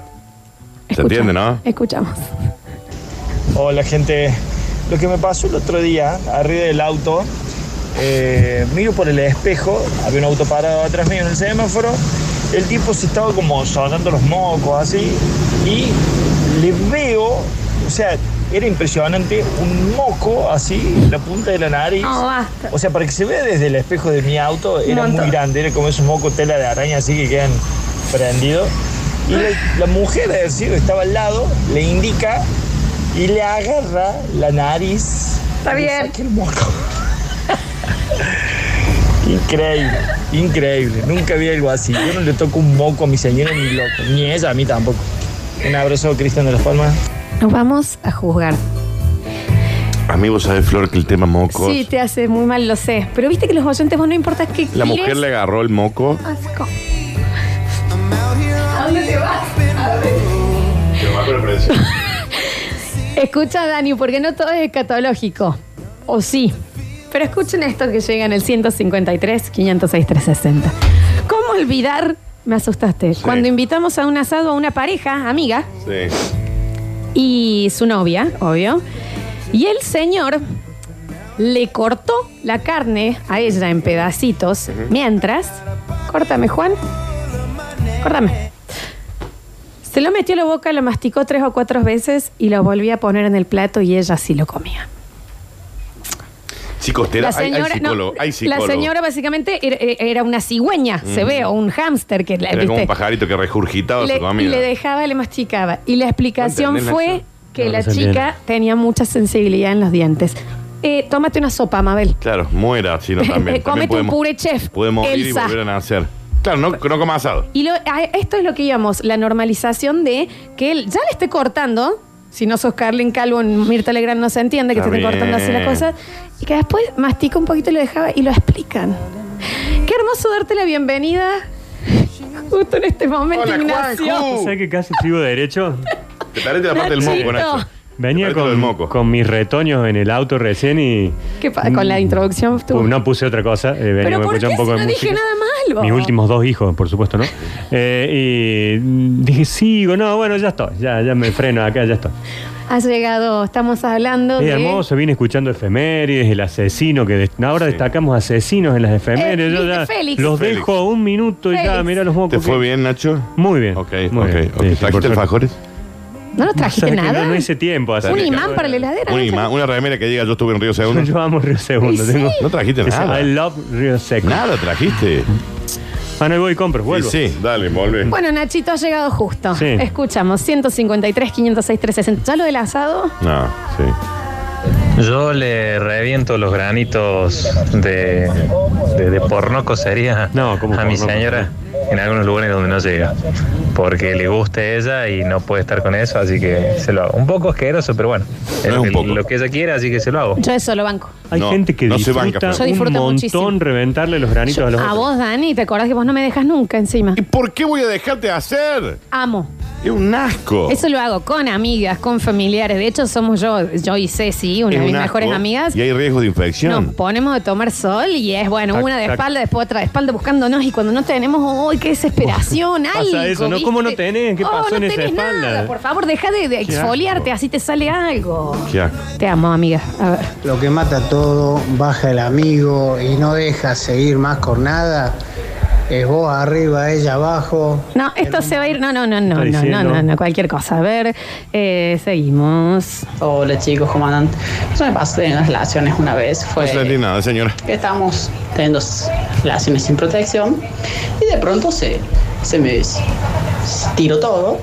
[SPEAKER 2] ¿Se
[SPEAKER 1] Escucha.
[SPEAKER 2] entiende, no?
[SPEAKER 1] Escuchamos.
[SPEAKER 13] Hola gente, lo que me pasó el otro día, arriba del auto, eh, miro por el espejo, había un auto parado atrás mío en el semáforo, el tipo se estaba como sonando los mocos así y le veo, o sea, era impresionante, un moco así, en la punta de la nariz.
[SPEAKER 1] No, Ah, basta.
[SPEAKER 13] O sea, para que se vea desde el espejo de mi auto, era
[SPEAKER 1] montón.
[SPEAKER 13] muy grande, era como esos mocos tela de araña así que quedan prendidos. Y la, la mujer de Ciro estaba al lado, le indica y le agarra la nariz. Está bien. el moco. Increíble, increíble. Nunca vi algo así. Yo no le toco un moco a mi señora ni loco, ni ella a mí tampoco. Un abrazo, Cristian de las Palmas.
[SPEAKER 1] Nos vamos a juzgar.
[SPEAKER 2] A mí vos sabés, Flor, que el tema mocos.
[SPEAKER 1] Sí, te hace muy mal, lo sé. Pero viste que los oyentes, vos no importa qué
[SPEAKER 2] la
[SPEAKER 1] tires,
[SPEAKER 2] mujer le agarró el moco.
[SPEAKER 1] asco. ¿A dónde te vas? Escucha, Dani, porque no todo es escatológico. O sí. Pero escuchen esto que llega en el 153 506 360. ¿Cómo olvidar? Me asustaste. Cuando invitamos a un asado a una pareja, amiga,
[SPEAKER 2] Sí.
[SPEAKER 1] y su novia, obvio. Y el señor le cortó la carne a ella en pedacitos mientras. Córtame, Juan. Córtame. Se lo metió a la boca, lo masticó tres o cuatro veces y lo volvió a poner en el plato y ella sí lo comía.
[SPEAKER 2] Chicos, te da- hay, hay psicólogo.
[SPEAKER 1] no,
[SPEAKER 2] hay psicólogo.
[SPEAKER 1] la señora básicamente era, era una cigüeña, se
[SPEAKER 2] Ujú.
[SPEAKER 1] ve, o un hámster que la
[SPEAKER 2] Era como
[SPEAKER 1] ¿viste?
[SPEAKER 2] un pajarito que regurgitaba
[SPEAKER 1] le,
[SPEAKER 2] su comida.
[SPEAKER 1] le dejaba, le masticaba. Y la explicación
[SPEAKER 2] ¿Entendés,
[SPEAKER 1] fue
[SPEAKER 2] Nacho?
[SPEAKER 1] que
[SPEAKER 2] No,
[SPEAKER 1] la
[SPEAKER 2] no se
[SPEAKER 1] chica
[SPEAKER 2] entiende.
[SPEAKER 1] tenía mucha sensibilidad en los dientes. Eh, tómate una sopa, Mabel.
[SPEAKER 2] Claro, muera, sino también.
[SPEAKER 1] Eh,
[SPEAKER 2] también
[SPEAKER 1] Cómete
[SPEAKER 2] podemos-
[SPEAKER 1] un puré chef.
[SPEAKER 2] Puede morir y
[SPEAKER 1] Elsa.
[SPEAKER 2] volver a nacer. Claro, no, no coma asado.
[SPEAKER 1] Y lo- a- esto es lo que íbamos, la normalización de que él ya le esté cortando. Si no sos Carlin Calvo, Mirta Legrand no se entiende que
[SPEAKER 2] Está
[SPEAKER 1] te esté
[SPEAKER 2] bien.
[SPEAKER 1] cortando así la cosa. Y que después mastica un poquito y lo dejaba y lo explican. Qué hermoso darte la bienvenida justo en este momento, Ignacio.
[SPEAKER 14] ¿Sabes que casi sigo derecho?
[SPEAKER 2] Te parece la parte del moco,
[SPEAKER 1] Nachito.
[SPEAKER 2] Nacho.
[SPEAKER 14] Venía con, con mis retoños en el auto recién y
[SPEAKER 1] ¿Qué pasa con la introducción? tú?
[SPEAKER 14] uh, no puse otra cosa. eh, venía,
[SPEAKER 1] Pero
[SPEAKER 14] me
[SPEAKER 1] ¿por qué
[SPEAKER 14] escuché un poco
[SPEAKER 1] si
[SPEAKER 14] de
[SPEAKER 1] no dije
[SPEAKER 14] música.
[SPEAKER 1] nada malo?
[SPEAKER 14] Mis últimos dos hijos, por supuesto, ¿no? Eh, y mm, dije, sigo, no, bueno, ya estoy, ya, ya me freno acá, ya estoy.
[SPEAKER 1] Has llegado, estamos hablando
[SPEAKER 14] Es
[SPEAKER 1] de...
[SPEAKER 14] hermoso, vine escuchando efemérides, el asesino, que des- ahora destacamos asesinos en las efemérides.
[SPEAKER 1] Eh,
[SPEAKER 14] Yo
[SPEAKER 1] ¿viste,
[SPEAKER 14] ya
[SPEAKER 1] Félix?
[SPEAKER 14] los
[SPEAKER 1] Félix.
[SPEAKER 14] dejo un minuto y ya,
[SPEAKER 1] Félix.
[SPEAKER 14] mirá los mocos.
[SPEAKER 2] ¿Te fue
[SPEAKER 14] que-
[SPEAKER 2] bien, Nacho?
[SPEAKER 14] Muy bien.
[SPEAKER 2] Ok, ok. okay. ¿Trajiste alfajores?
[SPEAKER 1] No nos trajiste
[SPEAKER 14] ¿Sabes que
[SPEAKER 1] nada.
[SPEAKER 14] No, no hice tiempo. así
[SPEAKER 1] Un
[SPEAKER 14] que-
[SPEAKER 1] imán para la heladera.
[SPEAKER 2] Un imán, una remera que diga yo estuve en Río Segundo.
[SPEAKER 14] Yo amo Río Segundo.
[SPEAKER 2] Sí.
[SPEAKER 14] tengo-
[SPEAKER 2] No trajiste
[SPEAKER 14] Dice,
[SPEAKER 2] nada.
[SPEAKER 14] I love Río Seco.
[SPEAKER 2] Nada trajiste.
[SPEAKER 14] Bueno, ahí voy y compro, vuelvo.
[SPEAKER 2] Sí, sí, dale, volve.
[SPEAKER 1] Bueno, Nachito ha llegado justo.
[SPEAKER 14] Sí.
[SPEAKER 1] Escuchamos, 153, 506, 360. ¿Ya lo del asado?
[SPEAKER 2] No, sí.
[SPEAKER 15] Yo le reviento los granitos de, de, de pornoco sería a mi señora en algunos lugares donde no llega. Porque le gusta ella y no puede estar con eso, así que se lo hago. Un poco asqueroso, pero bueno. es lo, que, lo que ella quiere, así que se lo hago.
[SPEAKER 1] Yo eso lo banco.
[SPEAKER 14] Hay gente que
[SPEAKER 15] no se
[SPEAKER 14] disfruta
[SPEAKER 15] banca, Flor.
[SPEAKER 1] Yo disfruto
[SPEAKER 14] un montón
[SPEAKER 1] muchísimo.
[SPEAKER 14] reventarle los granitos a los
[SPEAKER 1] A
[SPEAKER 14] otros.
[SPEAKER 1] vos, Dani, te acordás que vos no me dejas nunca encima. ¿Y
[SPEAKER 2] por qué voy a dejarte hacer?
[SPEAKER 1] Amo.
[SPEAKER 2] Es un asco.
[SPEAKER 1] Eso lo hago con amigas, con familiares. De hecho, somos yo, yo y Ceci, una
[SPEAKER 2] Es
[SPEAKER 1] de mis
[SPEAKER 2] un asco
[SPEAKER 1] mejores amigas.
[SPEAKER 2] Y hay riesgo de infección.
[SPEAKER 1] Nos ponemos de tomar sol y es, bueno,
[SPEAKER 2] Tac,
[SPEAKER 1] una de
[SPEAKER 2] tac.
[SPEAKER 1] espalda, después otra de espalda buscándonos y cuando no tenemos, ¡ay, qué desesperación!
[SPEAKER 14] Pasa
[SPEAKER 1] algo,
[SPEAKER 14] eso, ¿no?
[SPEAKER 1] ¿viste?
[SPEAKER 14] ¿Cómo no tenés? ¿Qué
[SPEAKER 1] Oh,
[SPEAKER 14] pasó
[SPEAKER 1] no
[SPEAKER 14] en esa
[SPEAKER 1] tenés
[SPEAKER 14] espalda? ah.
[SPEAKER 1] nada, por favor, deja de, de
[SPEAKER 14] Qué
[SPEAKER 1] exfoliarte, así te sale algo. Te amo, amiga. A ver.
[SPEAKER 16] Lo que mata todo, baja el amigo y no deja seguir más con nada. Es vos arriba, ella abajo.
[SPEAKER 1] No, esto se va a ir. No, no, no, no, no,
[SPEAKER 16] Está
[SPEAKER 1] no,
[SPEAKER 16] diciendo.
[SPEAKER 1] no, no, cualquier cosa. A ver, eh, seguimos.
[SPEAKER 17] Hola chicos, ¿cómo andan? Yo me pasé en las relaciones una vez,
[SPEAKER 2] No
[SPEAKER 17] fue
[SPEAKER 2] se Pues le
[SPEAKER 17] que
[SPEAKER 2] entiende nada, señora.
[SPEAKER 17] estábamos teniendo s- relaciones sin protección y de pronto se, se me s- tiró todo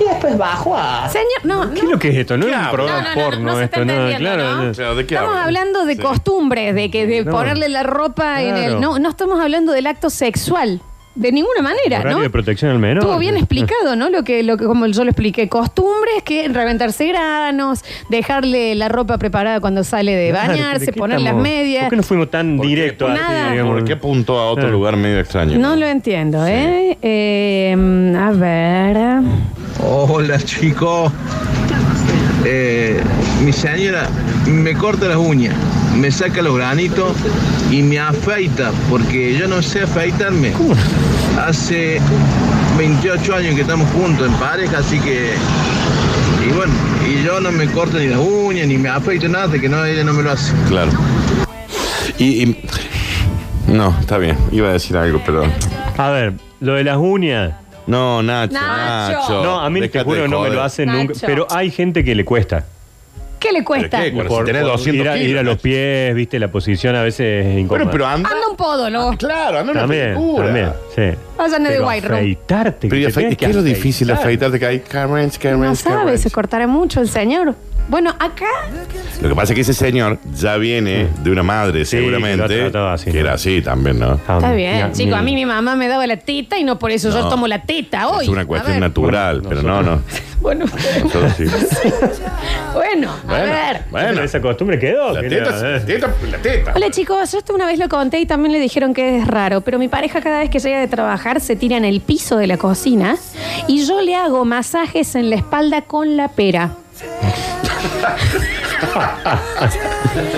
[SPEAKER 17] y después bajo a...
[SPEAKER 1] Señor, no,
[SPEAKER 14] ¿Qué es lo que es esto? No es un programa
[SPEAKER 1] No, no, no,
[SPEAKER 14] porno
[SPEAKER 1] no se está
[SPEAKER 14] esto, no,
[SPEAKER 1] entendiendo,
[SPEAKER 14] claro.
[SPEAKER 1] ¿no?
[SPEAKER 14] no.
[SPEAKER 1] Estamos hablando de costumbres, de que de
[SPEAKER 14] No.
[SPEAKER 1] ponerle la ropa en
[SPEAKER 14] Claro.
[SPEAKER 1] el. No, no estamos hablando del acto sexual. De ninguna manera,
[SPEAKER 14] Horario
[SPEAKER 1] ¿no?
[SPEAKER 14] de protección al menor.
[SPEAKER 1] Estuvo bien explicado, ¿no? Lo que, lo que, como yo lo expliqué, costumbres que reventarse granos, dejarle la ropa preparada cuando sale de
[SPEAKER 14] Claro,
[SPEAKER 1] bañarse,
[SPEAKER 14] ¿de qué
[SPEAKER 1] poner las
[SPEAKER 14] estamos?
[SPEAKER 1] medias.
[SPEAKER 14] ¿Por qué no fuimos tan directo a
[SPEAKER 1] Nada.
[SPEAKER 2] ¿Por qué apuntó a otro lugar medio extraño?
[SPEAKER 1] No lo entiendo, ¿eh? Eh, A ver.
[SPEAKER 18] Hola chicos. Eh, mi señora me corta las uñas, me saca los granitos y me afeita porque yo no sé afeitarme. Hace 28 años que estamos juntos en pareja, así que... Y bueno, y yo no me corto ni las uñas, ni me afeito nada, hasta que no, ella no me lo hace.
[SPEAKER 2] Claro. Y, y- No, está bien. Iba a decir algo, pero.
[SPEAKER 14] A ver, lo de las uñas.
[SPEAKER 2] No, Nacho,
[SPEAKER 1] Nacho. Nacho,
[SPEAKER 14] No, a mí te
[SPEAKER 2] déjate
[SPEAKER 14] juro
[SPEAKER 2] de
[SPEAKER 14] que no me
[SPEAKER 2] joder.
[SPEAKER 14] lo hacen nunca.
[SPEAKER 1] Nacho.
[SPEAKER 14] Pero hay gente que le cuesta.
[SPEAKER 1] ¿Qué le cuesta?
[SPEAKER 2] qué? Bueno, si tenés 200
[SPEAKER 14] ir, a, ir a
[SPEAKER 2] kilos,
[SPEAKER 14] los pies, viste, la posición a veces es incómoda.
[SPEAKER 2] Bueno, pero anda.
[SPEAKER 1] Anda un podólogo.
[SPEAKER 2] Ah, Claro, anda
[SPEAKER 14] También, también, sí.
[SPEAKER 1] Vayan de
[SPEAKER 14] Pero
[SPEAKER 1] White Room.
[SPEAKER 14] afeitarte.
[SPEAKER 2] Pero
[SPEAKER 14] que te
[SPEAKER 2] afe-
[SPEAKER 14] tenés
[SPEAKER 2] es que es lo
[SPEAKER 14] afeitar.
[SPEAKER 2] difícil de afeitarte que hay Carmen, Carmen,
[SPEAKER 1] No
[SPEAKER 2] Carmen.
[SPEAKER 1] sabe, se cortará mucho el señor. Bueno, acá.
[SPEAKER 2] Lo que pasa es que ese señor ya viene de una madre, seguramente. Que, era así también, ¿no?
[SPEAKER 14] Ah,
[SPEAKER 1] Está bien, chico. A mí mi mamá me daba la teta y no por eso yo
[SPEAKER 2] No.
[SPEAKER 1] tomo la teta hoy.
[SPEAKER 2] Es una
[SPEAKER 1] A
[SPEAKER 2] cuestión
[SPEAKER 1] ver.
[SPEAKER 2] natural, pero no, no.
[SPEAKER 1] Bueno,
[SPEAKER 2] Nosotros sí.
[SPEAKER 1] bueno, a ver.
[SPEAKER 14] Bueno, esa costumbre quedó. eh. La
[SPEAKER 2] teta- la teta.
[SPEAKER 1] Hola chicos, yo esto una vez lo conté y también le dijeron que es raro, pero mi pareja cada vez que llega de trabajar se tira en el piso de la cocina y yo le hago masajes en la espalda con la pera.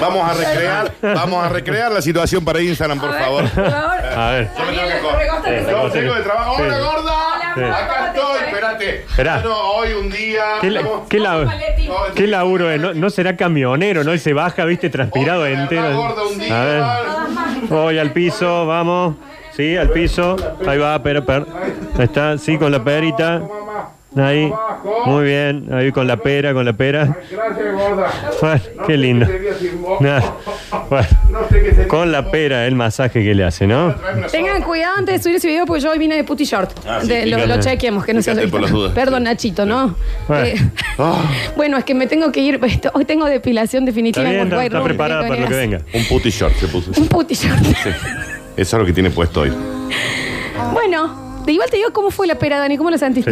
[SPEAKER 2] Vamos a recrear, vamos a recrear la situación para Instagram, por favor.
[SPEAKER 14] A ver.
[SPEAKER 2] Yo me tengo que correr. Yo tengo de trabajo. Hola,
[SPEAKER 14] Sí.
[SPEAKER 2] gorda.
[SPEAKER 14] Sí.
[SPEAKER 2] Acá estoy, espérate.
[SPEAKER 14] Esperá.
[SPEAKER 2] Yo no, hoy un día.
[SPEAKER 14] ¿Qué, la-
[SPEAKER 2] vamos-
[SPEAKER 14] qué la- qué laburo es? ¿No, no será camionero, ¿no? Y se baja, viste, transpirado entero. A ver. Voy al piso, vamos. Sí, al piso. Ahí va, pero, pero. Ahí está, sí, con la perita. Ahí. Muy bien. Ahí con la pera, con la pera.
[SPEAKER 2] Gracias, gorda.
[SPEAKER 14] Bueno, qué lindo. Nada. Bueno, con la pera el masaje que le hace, ¿no?
[SPEAKER 1] Tengan cuidado antes de subir ese video porque yo hoy vine de puti short.
[SPEAKER 14] Ah, sí,
[SPEAKER 1] De- lo,
[SPEAKER 14] fíjate.
[SPEAKER 1] lo chequeemos, que no se
[SPEAKER 14] Fíjate por las dudas.
[SPEAKER 1] Perdón, Nachito, ¿no?
[SPEAKER 14] Bueno.
[SPEAKER 1] Eh,
[SPEAKER 2] Ah.
[SPEAKER 1] bueno, es que me tengo que ir. pues, Hoy tengo depilación definitiva
[SPEAKER 2] Está bien,
[SPEAKER 1] en
[SPEAKER 2] está,
[SPEAKER 1] Uruguay
[SPEAKER 2] está
[SPEAKER 1] Room.
[SPEAKER 2] preparada
[SPEAKER 1] Tengo
[SPEAKER 2] para lo que
[SPEAKER 1] ganas.
[SPEAKER 2] venga. Un puti short se puso.
[SPEAKER 1] Un puti short.
[SPEAKER 2] Eso es lo que tiene puesto hoy.
[SPEAKER 1] Bueno, de igual te digo cómo fue la pera, Dani, ¿cómo lo sentiste?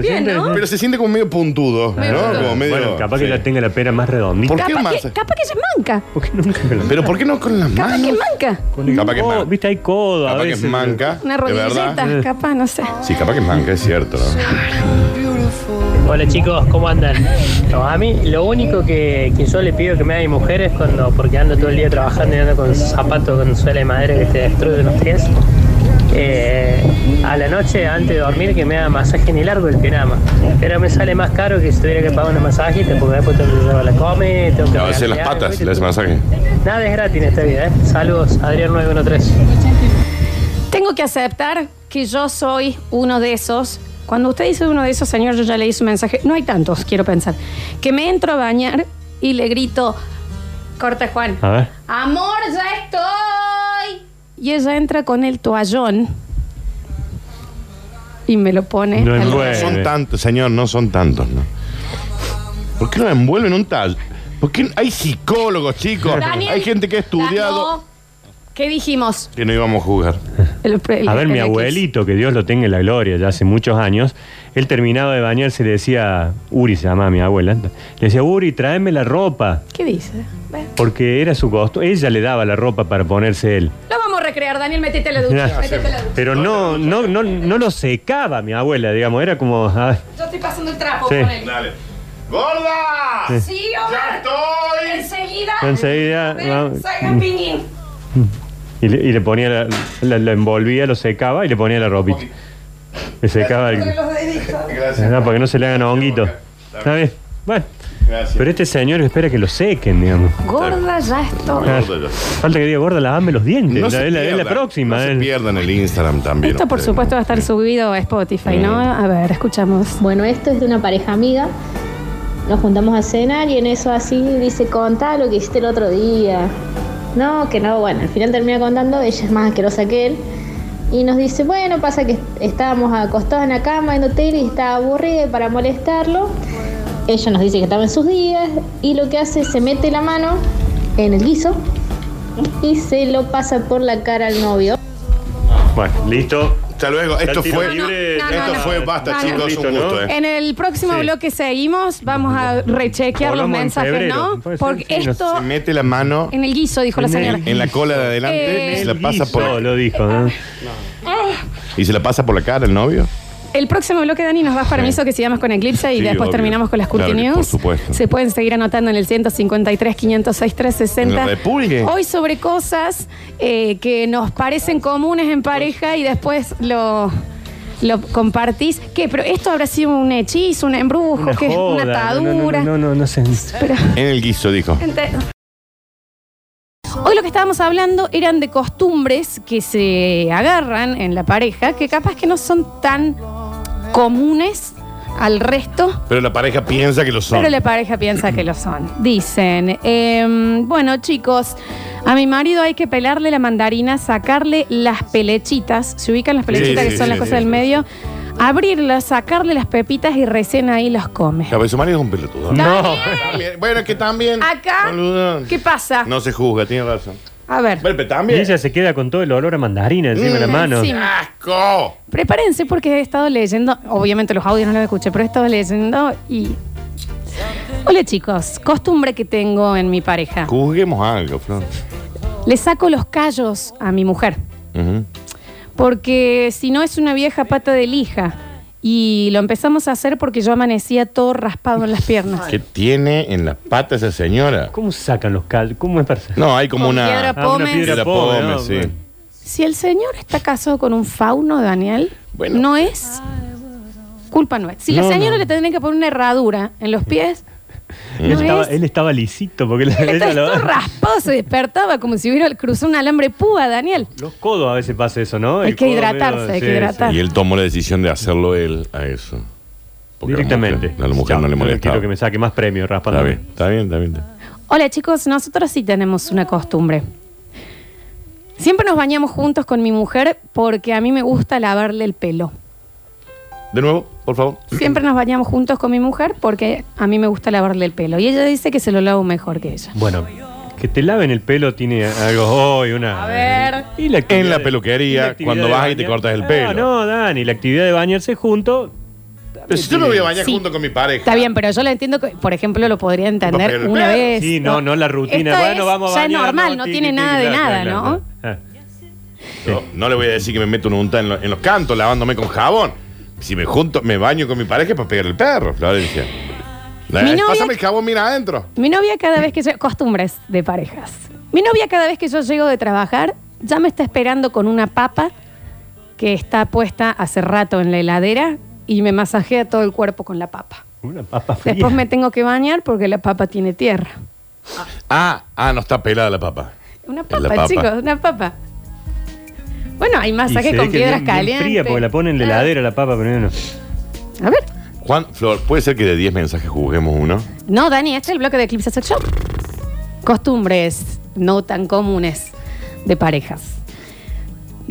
[SPEAKER 1] Bien, ¿no?
[SPEAKER 2] Pero se siente como medio puntudo,
[SPEAKER 1] Medio
[SPEAKER 2] ¿no?
[SPEAKER 1] puntudo.
[SPEAKER 2] Como medio,
[SPEAKER 14] Bueno, capaz que
[SPEAKER 2] sí.
[SPEAKER 14] la tenga la pera más redondita.
[SPEAKER 1] capaz, que, capaz que se manca.
[SPEAKER 2] Pero ¿por qué no con las
[SPEAKER 1] Capaz
[SPEAKER 2] manos?
[SPEAKER 1] que manca.
[SPEAKER 2] Capaz que es manca.
[SPEAKER 14] Viste, hay codo
[SPEAKER 2] Capaz
[SPEAKER 14] a
[SPEAKER 2] que es
[SPEAKER 14] veces.
[SPEAKER 2] manca.
[SPEAKER 1] Una
[SPEAKER 2] de verdad.
[SPEAKER 1] rodilleta, capaz, no sé.
[SPEAKER 2] Sí, capaz que es manca, es cierto. ¿no?
[SPEAKER 19] Hola chicos, ¿cómo andan? No, a mí lo único que, que yo le pido que me haga mi mujer es cuando, porque ando todo el día trabajando y ando con zapatos con suela de madera que te destruye los pies. eh, a la noche, antes de dormir, que me haga masaje en el largo del pirama. Pero me sale más caro que si tuviera que pagar una masajista, porque después tengo que llevar la come, tengo que...
[SPEAKER 2] A veces las
[SPEAKER 19] regatear,
[SPEAKER 2] patas
[SPEAKER 19] ¿viste?
[SPEAKER 2] le hace masaje.
[SPEAKER 19] Nada es gratis en esta vida, ¿eh? Saludos, Adrián 913.
[SPEAKER 1] Tengo que aceptar que yo soy uno de esos Cuando usted dice uno de esos, señor, yo ya leí su mensaje. No hay tantos, quiero pensar. Que me entro a bañar y le grito, corta Juan.
[SPEAKER 14] A ver.
[SPEAKER 1] Amor, ya estoy. Y ella entra con el toallón y me lo pone.
[SPEAKER 2] No
[SPEAKER 1] al-
[SPEAKER 2] envuelve. son tantos, señor, no son tantos, ¿no? ¿Por qué no envuelven un tal? Porque hay psicólogos, chicos.
[SPEAKER 1] Daniel,
[SPEAKER 2] hay gente que ha estudiado.
[SPEAKER 1] Ganó. ¿Qué dijimos?
[SPEAKER 2] Que no íbamos a jugar.
[SPEAKER 1] El pre- el
[SPEAKER 14] A ver, mi
[SPEAKER 1] pre-
[SPEAKER 14] abuelito, que Dios lo tenga en la gloria, ya hace muchos años, él terminaba de bañarse y le decía, Uri se llama mi abuela, le decía, Uri, tráeme la ropa,
[SPEAKER 1] ¿Qué dice? Bueno,
[SPEAKER 14] porque era su costo, ella le daba la ropa para ponerse él.
[SPEAKER 1] Lo vamos a recrear, Daniel, metete a la ducha.
[SPEAKER 14] Ya.
[SPEAKER 1] metete a la ducha.
[SPEAKER 14] Pero no, no, no, no lo secaba mi abuela, digamos, era como, ah,
[SPEAKER 1] Yo estoy pasando el trapo
[SPEAKER 14] Sí.
[SPEAKER 1] con él.
[SPEAKER 2] Dale. ¡Gorda!
[SPEAKER 14] Sí.
[SPEAKER 1] Sí, Omar.
[SPEAKER 2] ¡Ya
[SPEAKER 1] Enseguida.
[SPEAKER 14] Enseguida,
[SPEAKER 1] Ven,
[SPEAKER 14] vamos.
[SPEAKER 1] saca piñín.
[SPEAKER 14] y le, y le ponía, la, la- la envolvía, lo secaba y le ponía la ropita. Le secaba el...
[SPEAKER 1] Entre los deditos.
[SPEAKER 14] Ah, para que no se le hagan honguitos. Está bien. Bueno. Pero este señor espera que lo sequen, digamos.
[SPEAKER 1] Gorda, ya estoy.
[SPEAKER 14] Ah, Falta que diga gorda, lavame los dientes.
[SPEAKER 2] No
[SPEAKER 14] La-
[SPEAKER 2] se
[SPEAKER 14] es la, es la
[SPEAKER 2] pierdan,
[SPEAKER 14] próxima.
[SPEAKER 2] No se
[SPEAKER 14] eh.
[SPEAKER 2] pierdan el Instagram también.
[SPEAKER 1] Esto, por
[SPEAKER 2] ustedes.
[SPEAKER 1] supuesto, va a estar subido a Spotify, ¿no? A ver, escuchamos.
[SPEAKER 20] Bueno, esto es de una pareja amiga. Nos juntamos a cenar y en eso así dice, contá lo que hiciste el otro día. No, que no, bueno, al final termina contando, ella es más asquerosa que él. Y nos dice, bueno, pasa que estábamos acostados en la cama en hotel y estaba aburrida y para molestarlo. Ella nos dice que estaba en sus días y lo que hace es se mete la mano en el guiso y se lo pasa por la cara al novio.
[SPEAKER 14] Bueno, listo.
[SPEAKER 2] Hasta luego.
[SPEAKER 14] Ya
[SPEAKER 2] Esto
[SPEAKER 14] tiro
[SPEAKER 2] fue.
[SPEAKER 14] libre.
[SPEAKER 1] No, no,
[SPEAKER 2] esto
[SPEAKER 1] no,
[SPEAKER 2] fue
[SPEAKER 1] no.
[SPEAKER 2] basta,
[SPEAKER 1] No, no.
[SPEAKER 2] chicos.
[SPEAKER 14] Listo,
[SPEAKER 2] un gusto,
[SPEAKER 14] ¿no?
[SPEAKER 2] ¿eh?
[SPEAKER 1] En el próximo
[SPEAKER 2] Sí.
[SPEAKER 1] bloque seguimos, vamos a rechequear los
[SPEAKER 2] Volvamos en
[SPEAKER 1] mensajes,
[SPEAKER 2] febrero.
[SPEAKER 1] ¿no?
[SPEAKER 2] Puede ser,
[SPEAKER 1] Porque
[SPEAKER 2] sí, no
[SPEAKER 1] esto
[SPEAKER 2] Se mete la mano
[SPEAKER 1] en el guiso, dijo la
[SPEAKER 2] en,
[SPEAKER 1] señora.
[SPEAKER 2] en la cola de adelante
[SPEAKER 1] Eh,
[SPEAKER 2] y se la pasa
[SPEAKER 14] Guiso,
[SPEAKER 2] por.
[SPEAKER 14] lo dijo,
[SPEAKER 1] Ah,
[SPEAKER 2] ¿Y se la pasa por la cara el novio?
[SPEAKER 1] El próximo bloque, Dani, nos das permiso que sigamos con Eclipse y
[SPEAKER 2] Sí,
[SPEAKER 1] después
[SPEAKER 2] obvio.
[SPEAKER 1] terminamos con las
[SPEAKER 2] Claro
[SPEAKER 1] Curti
[SPEAKER 2] que por
[SPEAKER 1] News.
[SPEAKER 2] supuesto.
[SPEAKER 1] Se pueden seguir anotando en el 153, 506, 360.
[SPEAKER 2] En el repulgue.
[SPEAKER 1] Hoy sobre cosas eh, que nos parecen comunes en pareja y después lo, lo compartís. ¿Qué? ¿Pero esto habrá sido un hechizo, un embrujo,
[SPEAKER 14] Una
[SPEAKER 1] ¿qué?
[SPEAKER 14] joda, no, no,
[SPEAKER 1] una
[SPEAKER 14] no,
[SPEAKER 1] atadura?
[SPEAKER 14] No, no, no, sé.
[SPEAKER 2] En el guiso, dijo.
[SPEAKER 1] Gente. Hoy lo que estábamos hablando eran de costumbres que se agarran en la pareja, que capaz que no son tan comunes al resto,
[SPEAKER 2] Pero la pareja piensa que lo son.
[SPEAKER 1] pero la pareja piensa que lo son. Dicen, em, bueno chicos, a mi marido hay que pelarle la mandarina, sacarle las pelechitas, se ubican las pelechitas
[SPEAKER 2] Sí,
[SPEAKER 1] que
[SPEAKER 2] sí,
[SPEAKER 1] son
[SPEAKER 2] sí,
[SPEAKER 1] las
[SPEAKER 2] sí,
[SPEAKER 1] cosas del
[SPEAKER 2] sí.
[SPEAKER 1] medio, abrirlas, sacarle las pepitas y recién ahí los come.
[SPEAKER 2] Claro, pero su marido es un pelotudo.
[SPEAKER 1] No.
[SPEAKER 2] También. Bueno, que también.
[SPEAKER 1] Acá,
[SPEAKER 2] Boludo.
[SPEAKER 1] ¿qué pasa?
[SPEAKER 2] No se juzga, tiene razón.
[SPEAKER 1] A ver.
[SPEAKER 2] Bueno, pero
[SPEAKER 14] Y
[SPEAKER 2] también.
[SPEAKER 14] ella se queda con todo el olor a mandarina Mm. encima de la mano.
[SPEAKER 1] Mm, Encima.
[SPEAKER 2] ¡Asco!
[SPEAKER 1] Prepárense porque he estado leyendo, obviamente los audios no los escuché, pero he estado leyendo y... Hola chicos, costumbre que tengo en mi pareja.
[SPEAKER 2] Juzguemos algo, Flor.
[SPEAKER 1] Le saco los callos a mi mujer,
[SPEAKER 2] Ujú.
[SPEAKER 1] porque si no es una vieja pata de lija. Y lo empezamos a hacer porque yo amanecía todo raspado en las piernas.
[SPEAKER 2] ¿Qué tiene en las patas esa señora?
[SPEAKER 14] ¿Cómo sacan los caldos? ¿Cómo es para
[SPEAKER 2] No, hay como
[SPEAKER 1] Con
[SPEAKER 2] una.
[SPEAKER 1] piedra Ah, una pómez. piedra
[SPEAKER 2] Piedra
[SPEAKER 14] pómez,
[SPEAKER 2] pómez,
[SPEAKER 14] ¿no?
[SPEAKER 2] sí.
[SPEAKER 14] Bueno.
[SPEAKER 1] Si el señor está casado con un fauno, Daniel,
[SPEAKER 2] Bueno.
[SPEAKER 1] no es culpa nuestra. Si
[SPEAKER 14] No,
[SPEAKER 1] la señora
[SPEAKER 14] no.
[SPEAKER 1] le tendría que poner una herradura en los pies,
[SPEAKER 14] Él,
[SPEAKER 1] No
[SPEAKER 14] estaba,
[SPEAKER 1] es.
[SPEAKER 14] él estaba lisito porque la-
[SPEAKER 1] Él
[SPEAKER 14] ella
[SPEAKER 1] estaba
[SPEAKER 14] lo-
[SPEAKER 1] todo raspado, se despertaba como si hubiera cruzado un alambre púa, Daniel.
[SPEAKER 14] Los codos a veces pasa eso, ¿no?
[SPEAKER 1] Hay
[SPEAKER 14] El
[SPEAKER 1] que
[SPEAKER 14] codo
[SPEAKER 1] hidratarse, hay que hidratar.
[SPEAKER 2] Y él tomó la decisión de hacerlo él a eso. Porque
[SPEAKER 14] Directamente.
[SPEAKER 2] A la mujer, a la mujer no le
[SPEAKER 14] Yo
[SPEAKER 2] molestaba.
[SPEAKER 14] Quiero que me saque más premios raspando.
[SPEAKER 2] Está bien, está bien, está bien. está bien.
[SPEAKER 1] Hola chicos, nosotros sí tenemos una costumbre. Siempre nos bañamos juntos con mi mujer porque a mí me gusta lavarle el pelo.
[SPEAKER 2] De nuevo, por favor.
[SPEAKER 1] Siempre nos bañamos juntos con mi mujer porque a mí me gusta lavarle el pelo. Y ella dice que se lo lavo mejor que ella.
[SPEAKER 14] Bueno, que te laven el pelo tiene algo hoy, una.
[SPEAKER 1] A ver.
[SPEAKER 14] Y la actividad
[SPEAKER 2] En la
[SPEAKER 14] de-
[SPEAKER 2] peluquería,
[SPEAKER 14] y la actividad
[SPEAKER 2] cuando
[SPEAKER 14] de
[SPEAKER 2] vas y te
[SPEAKER 14] bañar-
[SPEAKER 2] cortas el
[SPEAKER 14] Ah,
[SPEAKER 2] pelo.
[SPEAKER 14] No, Dani, la actividad de bañarse juntos.
[SPEAKER 2] Pero si yo me voy a bañar
[SPEAKER 1] Sí.
[SPEAKER 2] junto con mi pareja.
[SPEAKER 1] Está bien, pero yo la entiendo, que, por ejemplo, lo podría entender
[SPEAKER 2] Papel.
[SPEAKER 1] una vez.
[SPEAKER 14] Sí, no, no la rutina.
[SPEAKER 1] Esto
[SPEAKER 14] bueno,
[SPEAKER 1] es-
[SPEAKER 14] vamos a
[SPEAKER 1] ya es
[SPEAKER 14] bañarnos,
[SPEAKER 1] normal, no
[SPEAKER 14] tiqui,
[SPEAKER 1] tiene
[SPEAKER 14] tiqui,
[SPEAKER 1] nada de
[SPEAKER 14] claro,
[SPEAKER 1] nada,
[SPEAKER 14] claro,
[SPEAKER 1] ¿no?
[SPEAKER 14] claro.
[SPEAKER 2] No, no le voy a decir que me meto una unta en, lo- en los cantos lavándome con jabón. Si me junto, me baño con mi pareja es para pegar el perro, Florencia.
[SPEAKER 1] Mi
[SPEAKER 2] Eh,
[SPEAKER 1] novia-
[SPEAKER 2] Pásame el jabón, mira adentro.
[SPEAKER 1] Mi novia cada vez que yo... Costumbres de parejas. Mi novia cada vez que yo llego de trabajar ya me está esperando con una papa que está puesta hace rato en la heladera y me masajea todo el cuerpo con la papa.
[SPEAKER 14] Una papa fría.
[SPEAKER 1] Después me tengo que bañar porque la papa tiene tierra.
[SPEAKER 2] Ah, ah, no está pelada la papa.
[SPEAKER 1] Una
[SPEAKER 2] la
[SPEAKER 1] papa,
[SPEAKER 2] papa.
[SPEAKER 1] chicos, una papa. Bueno, hay
[SPEAKER 14] Y se
[SPEAKER 1] masajes
[SPEAKER 14] ve
[SPEAKER 1] Ah, con
[SPEAKER 14] que
[SPEAKER 1] piedras
[SPEAKER 14] bien- bien
[SPEAKER 1] calientes.
[SPEAKER 14] fría porque la ponen en la heladera la papa, pero no.
[SPEAKER 1] A ver.
[SPEAKER 2] Juan, Flor, ¿puede ser que de 10 mensajes juguemos uno?
[SPEAKER 1] No, Dani, este es el bloque de Eclipse Sex Shop. Costumbres no tan comunes de parejas.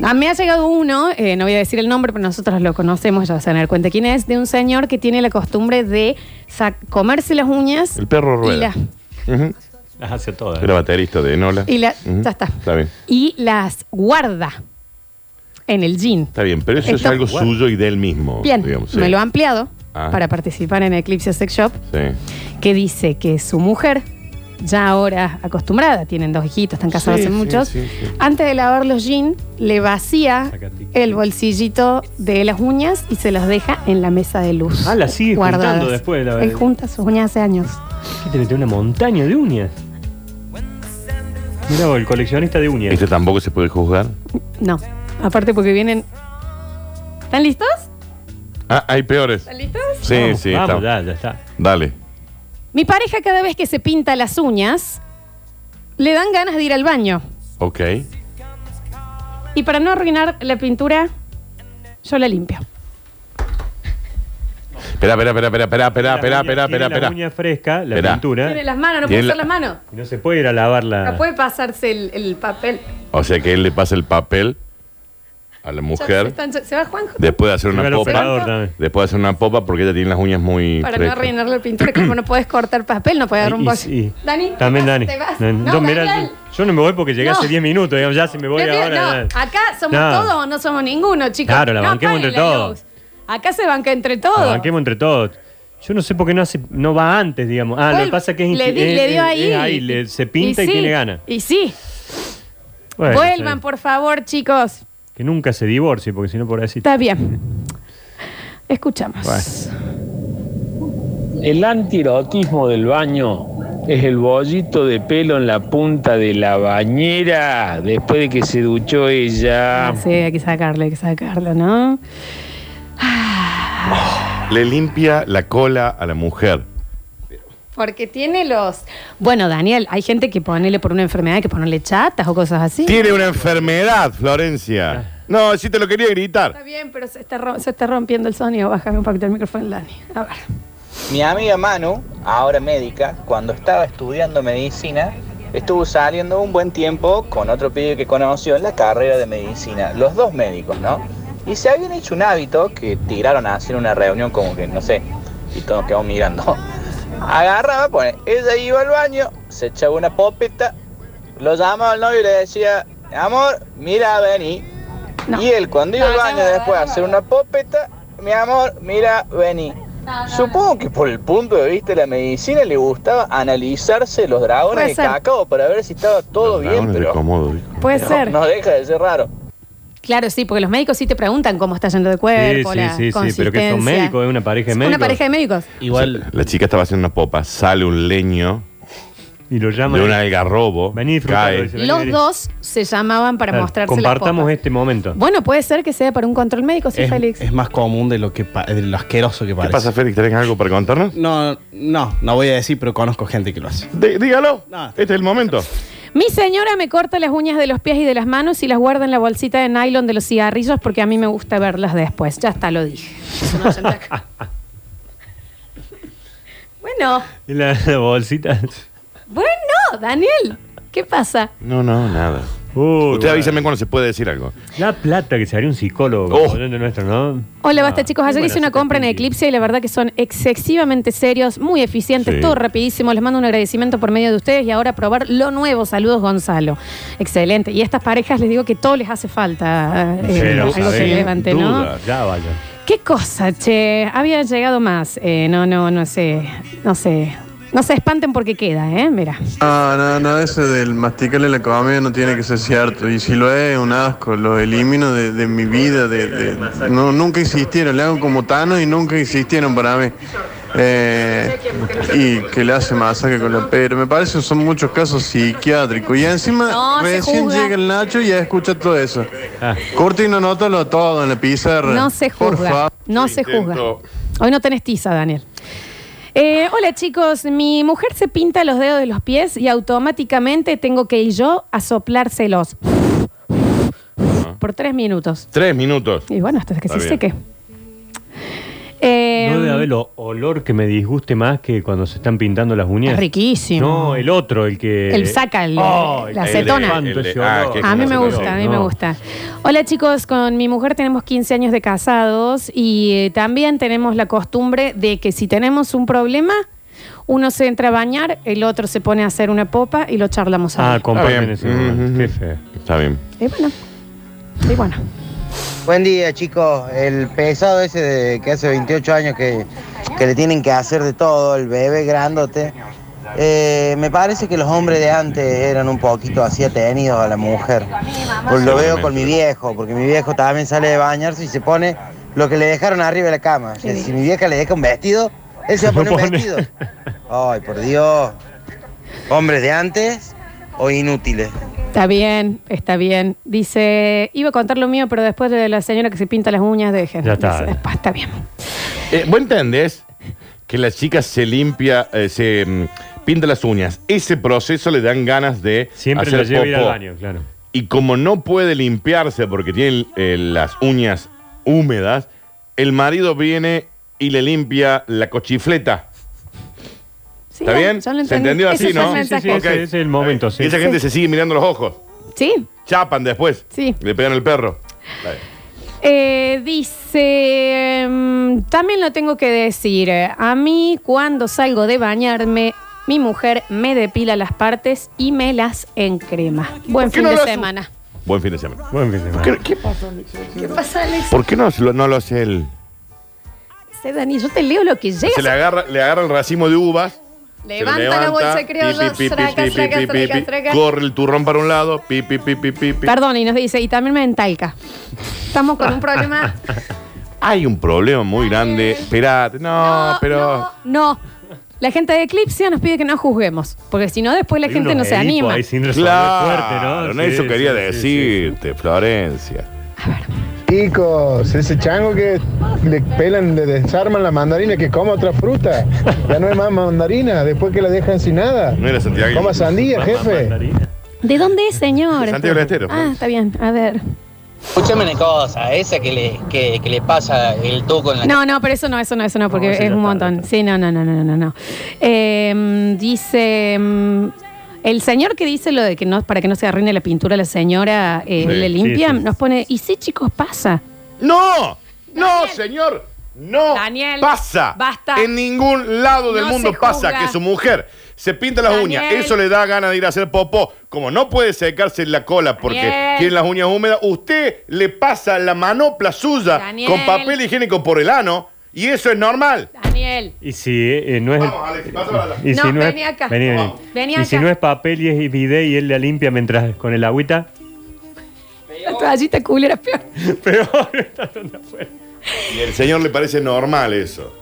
[SPEAKER 1] A mí ha llegado uno, eh, no voy a decir el nombre, pero nosotros lo conocemos, ya se van a dar cuenta quién es, de un señor que tiene la costumbre de sa- comerse las uñas.
[SPEAKER 2] El perro
[SPEAKER 1] Y
[SPEAKER 2] rueda.
[SPEAKER 1] la,
[SPEAKER 2] Ujú.
[SPEAKER 14] Las hace todas.
[SPEAKER 2] Era baterista de Enola.
[SPEAKER 1] y la-
[SPEAKER 2] Ujú.
[SPEAKER 1] ya está.
[SPEAKER 2] Está bien.
[SPEAKER 1] Y las guarda en el jean.
[SPEAKER 2] Está bien, pero eso es
[SPEAKER 1] Entonces-
[SPEAKER 2] algo suyo y de él mismo.
[SPEAKER 1] Bien,
[SPEAKER 2] Oh, digamos, sí.
[SPEAKER 1] me lo ha ampliado
[SPEAKER 2] Ah.
[SPEAKER 1] para participar en Eclipse Sex Shop,
[SPEAKER 2] Sí.
[SPEAKER 1] que dice que su mujer, ya ahora acostumbrada, tienen dos hijitos, están casados
[SPEAKER 2] Sí,
[SPEAKER 1] hace
[SPEAKER 2] sí,
[SPEAKER 1] muchos,
[SPEAKER 2] sí, sí.
[SPEAKER 1] antes de lavar los jeans, le vacía el bolsillito de las uñas y se los deja en la mesa de luz.
[SPEAKER 14] Ah, la sigue juntando
[SPEAKER 1] guardadas.
[SPEAKER 14] después, la
[SPEAKER 1] Él junta sus uñas hace años.
[SPEAKER 14] ¿Qué te metió una montaña de uñas? Mira, el coleccionista de uñas.
[SPEAKER 2] Este tampoco se puede juzgar.
[SPEAKER 1] No, aparte porque vienen... ¿Están listos?
[SPEAKER 2] Ah, hay peores.
[SPEAKER 1] ¿Están listos?
[SPEAKER 2] Sí,
[SPEAKER 14] Vamos,
[SPEAKER 2] sí.
[SPEAKER 14] vamos,
[SPEAKER 2] está.
[SPEAKER 14] ya, ya está.
[SPEAKER 2] Dale.
[SPEAKER 1] Mi pareja cada vez que se pinta las uñas, le dan ganas de ir al baño.
[SPEAKER 2] Ok.
[SPEAKER 1] Y para no arruinar la pintura, yo la limpio.
[SPEAKER 2] Espera, espera, espera, espera, espera, espera, espera, espera, espera,
[SPEAKER 14] Tiene la
[SPEAKER 2] espera.
[SPEAKER 14] uña fresca, la
[SPEAKER 2] Esperá.
[SPEAKER 1] Tiene
[SPEAKER 14] pintura.
[SPEAKER 1] las manos, no puede
[SPEAKER 2] Tiene
[SPEAKER 1] usar
[SPEAKER 2] la-
[SPEAKER 1] las manos.
[SPEAKER 14] y No se puede ir a lavarla.
[SPEAKER 1] No puede pasarse el, el papel.
[SPEAKER 2] O sea que él le pasa el papel a la
[SPEAKER 1] Ya
[SPEAKER 2] mujer
[SPEAKER 1] están- se va Juanjo.
[SPEAKER 2] después de hacer una
[SPEAKER 14] Llega el operador
[SPEAKER 2] popa.
[SPEAKER 14] también.
[SPEAKER 2] Después de hacer una popa porque ella tiene las uñas muy.
[SPEAKER 1] Para no
[SPEAKER 2] frescas.
[SPEAKER 1] arruinar la pintura, como no puedes cortar papel, no puedes dar un
[SPEAKER 14] Y-
[SPEAKER 1] bollo.
[SPEAKER 14] y-
[SPEAKER 1] Dani,
[SPEAKER 14] También
[SPEAKER 1] te vas,
[SPEAKER 14] Dani.
[SPEAKER 1] te vas.
[SPEAKER 14] No,
[SPEAKER 1] No,
[SPEAKER 14] no, mirá,
[SPEAKER 1] Daniel.
[SPEAKER 14] yo no me voy porque llegué
[SPEAKER 1] No.
[SPEAKER 14] hace 10 minutos, digamos, ya si me voy
[SPEAKER 1] No,
[SPEAKER 14] ahora.
[SPEAKER 1] no,
[SPEAKER 14] ya.
[SPEAKER 1] acá somos
[SPEAKER 14] No.
[SPEAKER 1] todos o no somos ninguno, chicos.
[SPEAKER 14] Claro, la
[SPEAKER 1] No
[SPEAKER 14] banquemos
[SPEAKER 1] apaguen
[SPEAKER 14] entre
[SPEAKER 1] la
[SPEAKER 14] todos.
[SPEAKER 1] luz. Acá se banca entre
[SPEAKER 14] Nos
[SPEAKER 1] todos.
[SPEAKER 14] banquemos entre todos. Yo no sé por qué no, hace, no va antes, digamos. Ah, lo
[SPEAKER 1] Vuelve.
[SPEAKER 14] que pasa es que es
[SPEAKER 1] Le
[SPEAKER 14] inqui-
[SPEAKER 1] di-
[SPEAKER 14] es-
[SPEAKER 1] le dio
[SPEAKER 14] es-
[SPEAKER 1] ahí.
[SPEAKER 14] es le- se pinta y,
[SPEAKER 1] sí,
[SPEAKER 14] tiene ganas.
[SPEAKER 1] Y sí.
[SPEAKER 14] Bueno,
[SPEAKER 1] Vuelvan,
[SPEAKER 14] sí.
[SPEAKER 1] por favor, chicos.
[SPEAKER 14] Que nunca se divorcie, porque si no, por así.
[SPEAKER 1] Está bien. Escuchamos.
[SPEAKER 21] El antierotismo del baño es el bollito de pelo en la punta de la bañera después de que se duchó ella.
[SPEAKER 1] Sí, hay que sacarlo, hay que sacarlo, ¿no?
[SPEAKER 2] Le limpia la cola a la mujer.
[SPEAKER 1] Porque tiene los. Bueno, Daniel, hay gente que ponele por una enfermedad que ponerle chatas o cosas así.
[SPEAKER 2] Tiene una enfermedad,
[SPEAKER 14] Ah.
[SPEAKER 2] Florencia. No, sí te lo quería gritar.
[SPEAKER 1] Está bien, pero se está, ro- se está rompiendo el sonido. Bájame un poquito el micrófono, Dani. A ver.
[SPEAKER 8] Mi amiga Manu, ahora médica, cuando estaba estudiando medicina, estuvo saliendo un buen tiempo con otro pibe que conoció en la carrera de medicina. Los dos médicos, ¿no? Y se habían hecho un hábito que tiraron a hacer una reunión como que, no sé, y todos quedamos mirando. Agarraba, pone, ella iba al baño, se echaba una popeta, lo llamaba al novio y le decía, amor, mira, vení. Y él cuando iba al baño después a hacer una popeta, mi amor, mira, vení. Supongo que por el punto de vista de la medicina le gustaba analizarse los
[SPEAKER 1] Puede
[SPEAKER 8] dragones de
[SPEAKER 1] ser.
[SPEAKER 8] cacao para ver si estaba todo bien,
[SPEAKER 2] Dragones de
[SPEAKER 8] pero
[SPEAKER 2] Komodo, dijo.
[SPEAKER 1] Puede
[SPEAKER 8] no,
[SPEAKER 1] ser.
[SPEAKER 8] no deja de ser raro.
[SPEAKER 1] Claro, sí, porque los médicos sí te preguntan cómo está yendo de
[SPEAKER 14] Sí,
[SPEAKER 1] cuerpo,
[SPEAKER 14] sí,
[SPEAKER 1] la
[SPEAKER 14] sí, sí, pero que son
[SPEAKER 1] consistencia.
[SPEAKER 14] médicos, es una pareja de médicos.
[SPEAKER 1] Una pareja de médicos.
[SPEAKER 2] Igual. la chica estaba haciendo una popa, sale un leño.
[SPEAKER 14] Y lo llama.
[SPEAKER 2] De un algarrobo. Vení cae.
[SPEAKER 1] Los dos se llamaban para mostrarse
[SPEAKER 14] Compartamos
[SPEAKER 1] la
[SPEAKER 14] este momento.
[SPEAKER 1] popa. Bueno, puede ser que sea para un control médico, sí,
[SPEAKER 22] es,
[SPEAKER 1] Félix.
[SPEAKER 22] es más común de lo que pa- de lo asqueroso que
[SPEAKER 2] ¿Qué
[SPEAKER 22] parece.
[SPEAKER 2] pasa, Félix? ¿Tenés algo para contarnos?
[SPEAKER 22] No, no, no voy a decir, pero conozco gente que lo hace.
[SPEAKER 2] Dí- dígalo. este es el momento.
[SPEAKER 14] Ah,
[SPEAKER 1] Mi señora me corta las uñas de los pies y de las manos y las guarda en la bolsita de nylon de los cigarrillos porque a mí me gusta verlas después. Ya está, lo dije. Es una oyente acá. bueno,
[SPEAKER 14] Y la, la bolsita.
[SPEAKER 1] bueno, Daniel, ¿qué pasa?
[SPEAKER 2] No, no, nada. Usted
[SPEAKER 14] bueno.
[SPEAKER 2] avísame cuando se puede decir algo.
[SPEAKER 14] La plata que se haría un psicólogo.
[SPEAKER 2] Oh.
[SPEAKER 14] hablando nuestro, ¿no?
[SPEAKER 1] Hola, basta chicos. Ayer
[SPEAKER 14] Bueno,
[SPEAKER 1] hice una
[SPEAKER 14] se te
[SPEAKER 1] compra en Eclipse y la verdad que son excesivamente serios, muy eficientes,
[SPEAKER 14] Sí.
[SPEAKER 1] todo rapidísimo. Les mando un agradecimiento por medio de ustedes y ahora a probar lo nuevo. Saludos, Gonzalo. Excelente. Y a estas parejas les digo que todo les hace falta. eh,
[SPEAKER 14] Pero,
[SPEAKER 1] algo que
[SPEAKER 14] sin
[SPEAKER 1] levante, ¿no?
[SPEAKER 14] duda, Ya vaya.
[SPEAKER 1] ¿Qué cosa, che? Había llegado más. Eh, no, no, no sé. No sé. No se espanten porque queda, ¿eh? Mira.
[SPEAKER 23] Ah, no, no, eso del masticarle la comida no tiene que ser cierto. Y si lo es, un asco, lo elimino de, de mi vida. De, de- no, nunca existieron, le hago como Thanos y nunca existieron para mí. Eh, y que le hace masacre con la pero me parece que son muchos casos psiquiátricos. Y encima
[SPEAKER 1] No, se
[SPEAKER 23] recién
[SPEAKER 1] juzga.
[SPEAKER 23] llega el Nacho y ya escucha todo eso. Curtino, anótalo todo en la pizarra.
[SPEAKER 1] No se
[SPEAKER 23] Por
[SPEAKER 1] juzga.
[SPEAKER 23] favor.
[SPEAKER 1] No se juzga. Hoy no tenés tiza, Daniel. Eh, hola chicos, mi mujer se pinta los dedos de los pies y automáticamente tengo que ir yo a soplárselos por tres minutos.
[SPEAKER 2] Tres minutos.
[SPEAKER 1] Y bueno, hasta que
[SPEAKER 2] Está
[SPEAKER 1] se
[SPEAKER 2] bien.
[SPEAKER 1] seque. Eh,
[SPEAKER 14] No debe haber lo- olor que me disguste más que cuando se están pintando las uñas.
[SPEAKER 1] Es riquísimo.
[SPEAKER 14] No, el otro, el que.
[SPEAKER 1] El saca, el-
[SPEAKER 14] Ay,
[SPEAKER 1] la
[SPEAKER 14] el
[SPEAKER 1] acetona.
[SPEAKER 14] espanto
[SPEAKER 2] El de-
[SPEAKER 14] ese
[SPEAKER 2] ah,
[SPEAKER 14] olor.
[SPEAKER 2] que-
[SPEAKER 1] A mí me gusta, a mí me
[SPEAKER 14] No.
[SPEAKER 1] gusta. Hola chicos, con mi mujer tenemos 15 años de casados y eh, también tenemos la costumbre de que si tenemos un problema, uno se entra a bañar, el otro se pone a hacer una popa y lo charlamos
[SPEAKER 14] Ah,
[SPEAKER 1] ahí.
[SPEAKER 14] comparten ese olor. Qué feo.
[SPEAKER 2] Mm, Está bien.
[SPEAKER 1] Y bueno, y bueno.
[SPEAKER 3] Buen día, chicos. El pesado ese de que hace 28 años que, que le tienen que hacer de todo, el bebé grandote. eh, me parece que los hombres de antes eran un poquito así atenidos a la mujer. Pues lo veo con mi viejo, porque mi viejo también sale de bañarse y se pone lo que le dejaron arriba de la cama. O sea, si mi vieja le deja un vestido, él se va a poner un
[SPEAKER 5] pone.
[SPEAKER 3] vestido. Ay, por Dios. Hombres de antes o inútiles.
[SPEAKER 1] Está bien, está bien. Dice, iba a contar lo mío, pero después de la señora que se pinta las uñas, dejen.
[SPEAKER 2] Ya está.
[SPEAKER 1] Dice, "Pa, está bien.
[SPEAKER 2] Eh, ¿Vos entendés que la chica se limpia, eh, se mm, pinta las uñas? Ese proceso le dan ganas de
[SPEAKER 14] Siempre
[SPEAKER 2] hacer
[SPEAKER 14] lo llevo a ir al
[SPEAKER 2] popó.
[SPEAKER 14] baño, claro.
[SPEAKER 2] Y como no puede limpiarse porque tiene eh, las uñas húmedas, el marido viene y le limpia la cochifleta.
[SPEAKER 1] Sí,
[SPEAKER 2] ¿Está
[SPEAKER 1] ya,
[SPEAKER 2] bien?
[SPEAKER 1] ya lo
[SPEAKER 2] ¿Se
[SPEAKER 1] entendí.
[SPEAKER 2] entendió
[SPEAKER 1] Ese
[SPEAKER 2] así,
[SPEAKER 1] fue el
[SPEAKER 2] no?
[SPEAKER 1] mensaje.
[SPEAKER 2] Ok.
[SPEAKER 14] Ese es el momento, sí.
[SPEAKER 2] Y esa gente
[SPEAKER 1] Sí.
[SPEAKER 2] se sigue mirando los ojos.
[SPEAKER 1] Sí.
[SPEAKER 2] Chapan después.
[SPEAKER 1] Sí.
[SPEAKER 2] Le pegan el perro. Vale.
[SPEAKER 1] Eh, dice, mm, también lo tengo que decir, eh, a mí cuando salgo de bañarme, mi mujer me depila las partes y me las encrema. Buen
[SPEAKER 2] qué
[SPEAKER 1] fin
[SPEAKER 2] no
[SPEAKER 1] de
[SPEAKER 2] lo hace-
[SPEAKER 1] semana.
[SPEAKER 2] Buen fin de semana.
[SPEAKER 14] Buen fin de semana.
[SPEAKER 2] ¿Qué, qué pasa?
[SPEAKER 1] ¿Qué pasa, Alex?
[SPEAKER 2] por qué no, lo- no lo hace él?
[SPEAKER 1] Sé, Dani, yo te leo lo que llega.
[SPEAKER 2] Se le agarra, le agarra el racimo de uvas.
[SPEAKER 1] Levanta,
[SPEAKER 2] se le
[SPEAKER 1] la bolsa de
[SPEAKER 2] pi,
[SPEAKER 1] criollo,
[SPEAKER 2] pi, pi,
[SPEAKER 1] traca,
[SPEAKER 2] pi, pi,
[SPEAKER 1] traca,
[SPEAKER 2] pi, pi,
[SPEAKER 1] traca,
[SPEAKER 2] pi.
[SPEAKER 1] traca.
[SPEAKER 2] Corre el turrón para un lado. Pi, pi, pi, pi, pi, pi.
[SPEAKER 1] Perdón, y nos dice, y también me entalca. Estamos con un problema.
[SPEAKER 2] Hay un problema muy grande. Esperate, no, pero.
[SPEAKER 1] No. La gente de Eclipse nos pide que no juzguemos, porque si no, después la
[SPEAKER 2] Hay
[SPEAKER 1] gente no
[SPEAKER 2] unos
[SPEAKER 1] se
[SPEAKER 2] eripos
[SPEAKER 1] anima.
[SPEAKER 2] ahí sin resolver fuerte, ¿no?
[SPEAKER 14] Sí,
[SPEAKER 2] eso
[SPEAKER 14] sí,
[SPEAKER 2] quería
[SPEAKER 14] sí,
[SPEAKER 2] decirte, Florencia.
[SPEAKER 7] Chicos, ese chango que le pelan, le desarman la mandarina, que coma otra fruta. Ya no es más mandarina, después que la dejan sin nada.
[SPEAKER 2] No era Santiago.
[SPEAKER 7] Coma sandía, jefe.
[SPEAKER 1] ¿De dónde es, señor?
[SPEAKER 7] Santiago del Estero.
[SPEAKER 1] Ah, está bien. A ver.
[SPEAKER 5] Escúchame una cosa, esa que le, que, que le pasa el tuco en la
[SPEAKER 1] No, no, pero eso no, eso no, eso no, porque
[SPEAKER 5] No, eso
[SPEAKER 1] es
[SPEAKER 5] ya
[SPEAKER 1] un
[SPEAKER 5] está,
[SPEAKER 1] montón. Sí, no, no, no, no, no, no, no. Eh, dice mm, el señor que dice lo de que no, para que no se arruine la pintura a la señora, eh,
[SPEAKER 2] Sí,
[SPEAKER 1] le
[SPEAKER 2] sí,
[SPEAKER 1] limpian, nos pone, y sí, chicos, pasa.
[SPEAKER 2] ¡No! ¡No, señor! ¡No! pasa.
[SPEAKER 1] basta.
[SPEAKER 2] En ningún lado del
[SPEAKER 1] No
[SPEAKER 2] mundo
[SPEAKER 1] se
[SPEAKER 2] pasa
[SPEAKER 1] juzga.
[SPEAKER 2] que su mujer se pinta las
[SPEAKER 1] Daniel.
[SPEAKER 2] uñas. Eso le da ganas de ir a hacer popó. Como no puede secarse la cola porque
[SPEAKER 1] Daniel.
[SPEAKER 2] tiene las uñas húmedas, usted le pasa la manopla suya
[SPEAKER 1] Daniel.
[SPEAKER 2] con papel higiénico por el ano y eso es normal.
[SPEAKER 1] Daniel.
[SPEAKER 14] Y si eh, no es. y
[SPEAKER 1] No,
[SPEAKER 14] si no es-
[SPEAKER 1] vení acá.
[SPEAKER 14] vení, vení.
[SPEAKER 1] Vení
[SPEAKER 14] Y si
[SPEAKER 1] acá.
[SPEAKER 14] no es papel y es bidet y él la limpia mientras con el agüita.
[SPEAKER 1] La toallita culera peor.
[SPEAKER 2] Y al señor le parece normal eso.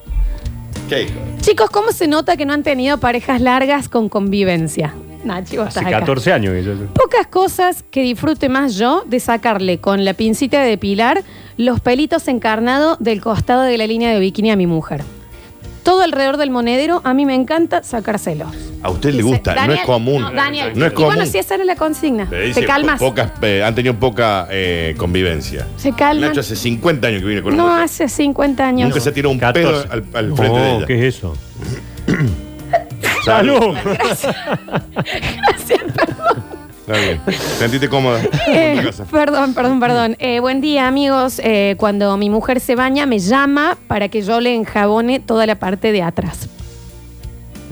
[SPEAKER 2] ¿Qué hijo?
[SPEAKER 1] Chicos, ¿cómo se nota que no han tenido parejas largas con convivencia? Nachi, vos
[SPEAKER 14] Hace
[SPEAKER 1] estás acá.
[SPEAKER 14] 14 años que yo.
[SPEAKER 1] Pocas cosas que disfrute más yo de sacarle con la pincita de depilar los pelitos encarnados del costado de la línea de bikini a mi mujer. Todo alrededor del monedero, a mí me encanta sacárselos.
[SPEAKER 2] A usted le gusta, no
[SPEAKER 1] Daniel,
[SPEAKER 2] es común.
[SPEAKER 1] no, Daniel,
[SPEAKER 2] no es
[SPEAKER 1] y
[SPEAKER 2] común.
[SPEAKER 1] bueno, si esa era la consigna.
[SPEAKER 2] Pero dice,
[SPEAKER 1] Te calmas.
[SPEAKER 2] po- pocas, eh, han tenido poca eh, convivencia.
[SPEAKER 1] Se calman.
[SPEAKER 2] Nacho hace 50 años que viene con la
[SPEAKER 1] No
[SPEAKER 2] mujer.
[SPEAKER 1] hace 50 años.
[SPEAKER 2] Nunca se tiró un
[SPEAKER 14] 14.
[SPEAKER 2] pedo al, al frente
[SPEAKER 14] Oh,
[SPEAKER 2] de ella.
[SPEAKER 14] ¿qué es eso?
[SPEAKER 2] Salud.
[SPEAKER 1] Gracias, perdón.
[SPEAKER 2] Está bien. Sentiste cómoda.
[SPEAKER 1] Eh,
[SPEAKER 2] En tu casa.
[SPEAKER 1] perdón, perdón, perdón. Eh, buen día, amigos. Eh, cuando mi mujer se baña, me llama para que yo le enjabone toda la parte de atrás.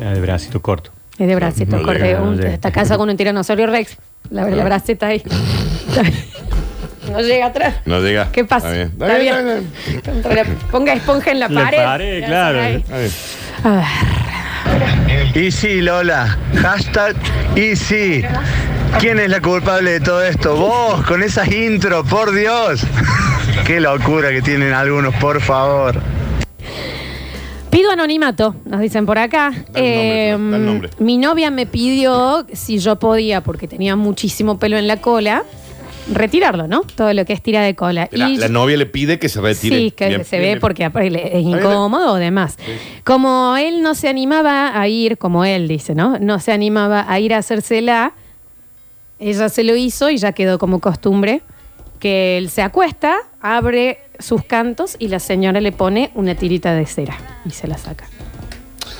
[SPEAKER 14] Ah, de bracito corto.
[SPEAKER 1] Es de bracito,
[SPEAKER 14] No
[SPEAKER 1] corte.
[SPEAKER 14] llega, no
[SPEAKER 1] un-
[SPEAKER 14] llega.
[SPEAKER 1] Está casa con un tiranosaurio Rex. La, la braceta ahí. no llega atrás.
[SPEAKER 2] No llega.
[SPEAKER 1] ¿Qué pasa?
[SPEAKER 2] Está bien. Está
[SPEAKER 1] Está
[SPEAKER 2] bien,
[SPEAKER 1] bien. Contra la- ponga esponja en la,
[SPEAKER 2] La
[SPEAKER 1] pared.
[SPEAKER 2] pared,
[SPEAKER 1] Ya,
[SPEAKER 2] claro.
[SPEAKER 1] ahí.
[SPEAKER 2] Está bien.
[SPEAKER 1] A ver.
[SPEAKER 24] Y sí, Lola. Hashtag y sí. ¿Quién es la culpable de todo esto? Vos, con esas intro, por Dios. Qué locura que tienen algunos, por favor.
[SPEAKER 1] Pido anonimato, nos dicen por acá. Eh, Mi novia me pidió si yo podía, porque tenía muchísimo pelo en la cola, retirarlo, ¿no? Todo lo que es tira de cola.
[SPEAKER 2] La,
[SPEAKER 1] Y
[SPEAKER 2] la novia le pide que se retire.
[SPEAKER 1] Sí, que
[SPEAKER 2] Bien.
[SPEAKER 1] se
[SPEAKER 2] Bien,
[SPEAKER 1] ve
[SPEAKER 2] bien. ¿eh?
[SPEAKER 1] porque aparte le- es incómodo o demás. Como él no se animaba a ir, como él dice, ¿no? No se animaba a ir a hacérsela, ella se lo hizo y ya quedó como costumbre que él se acuesta, abre sus cantos y la señora le pone una tirita de cera y se la saca.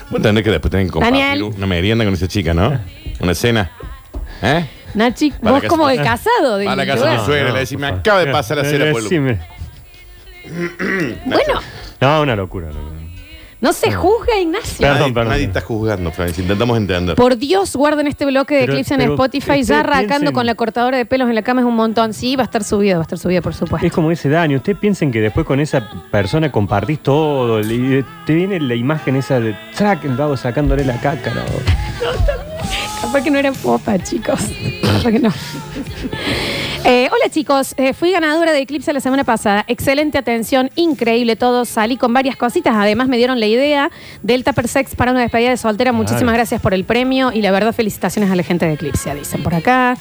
[SPEAKER 2] Vos entendés que después tienen que compartir
[SPEAKER 1] Daniel.
[SPEAKER 2] una merienda con esa chica, ¿no? Una cena. ¿Eh?
[SPEAKER 1] Nachi,
[SPEAKER 2] Para
[SPEAKER 1] vos
[SPEAKER 2] la casa-
[SPEAKER 1] como el casado.
[SPEAKER 2] Va a la
[SPEAKER 1] digo,
[SPEAKER 2] casa de mi
[SPEAKER 1] bueno.
[SPEAKER 2] suegra, le decís, me acaba de pasar la cera, pueblo.
[SPEAKER 14] Decime.
[SPEAKER 1] Bueno,
[SPEAKER 14] No, una locura. loco.
[SPEAKER 1] no se juzga, Ignacio.
[SPEAKER 2] nadie, Nadie está juzgando, Francis. Intentamos entender.
[SPEAKER 1] Por Dios, guarden este bloque de
[SPEAKER 2] Pero-
[SPEAKER 1] clips en
[SPEAKER 2] pero
[SPEAKER 1] Spotify.
[SPEAKER 2] ustedes
[SPEAKER 1] Ya arrancando
[SPEAKER 14] piensen-
[SPEAKER 1] con la cortadora de pelos en la cama es un montón. Sí, va a estar subido, va a estar subido, por supuesto.
[SPEAKER 14] Es como ese daño. Ustedes piensen que después con esa persona compartís todo. Y te viene la imagen esa de track, el vago sacándole la cácara.
[SPEAKER 1] Capaz que no era popa, chicos. Capaz que no. Eh, hola chicos, Eh, fui ganadora de Eclipse la semana pasada. Excelente atención, increíble todo. Salí con varias cositas. Además me dieron la idea del Tupper Sex para una despedida de soltera. Muchísimas gracias por el premio y la verdad felicitaciones a la gente de Eclipse, dicen por acá.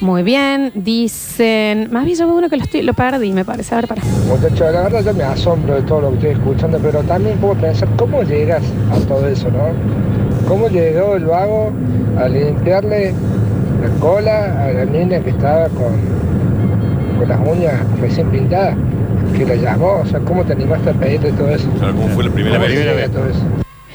[SPEAKER 1] Muy bien, dicen... Más bien yo veo uno que lo, estoy, lo perdí, me parece. A ver, para.
[SPEAKER 4] Muchachos, la verdad yo me asombro de todo lo que estoy escuchando, pero también puedo pensar cómo llegas a todo eso, ¿no? ¿Cómo llegó el vago a limpiarle la cola a la niña que estaba con, con las uñas recién pintadas? Que la llamó, o sea, ¿cómo te animaste a pedirte todo eso?
[SPEAKER 2] ¿Cómo fue la primera
[SPEAKER 14] La
[SPEAKER 2] vez?
[SPEAKER 14] primera vez.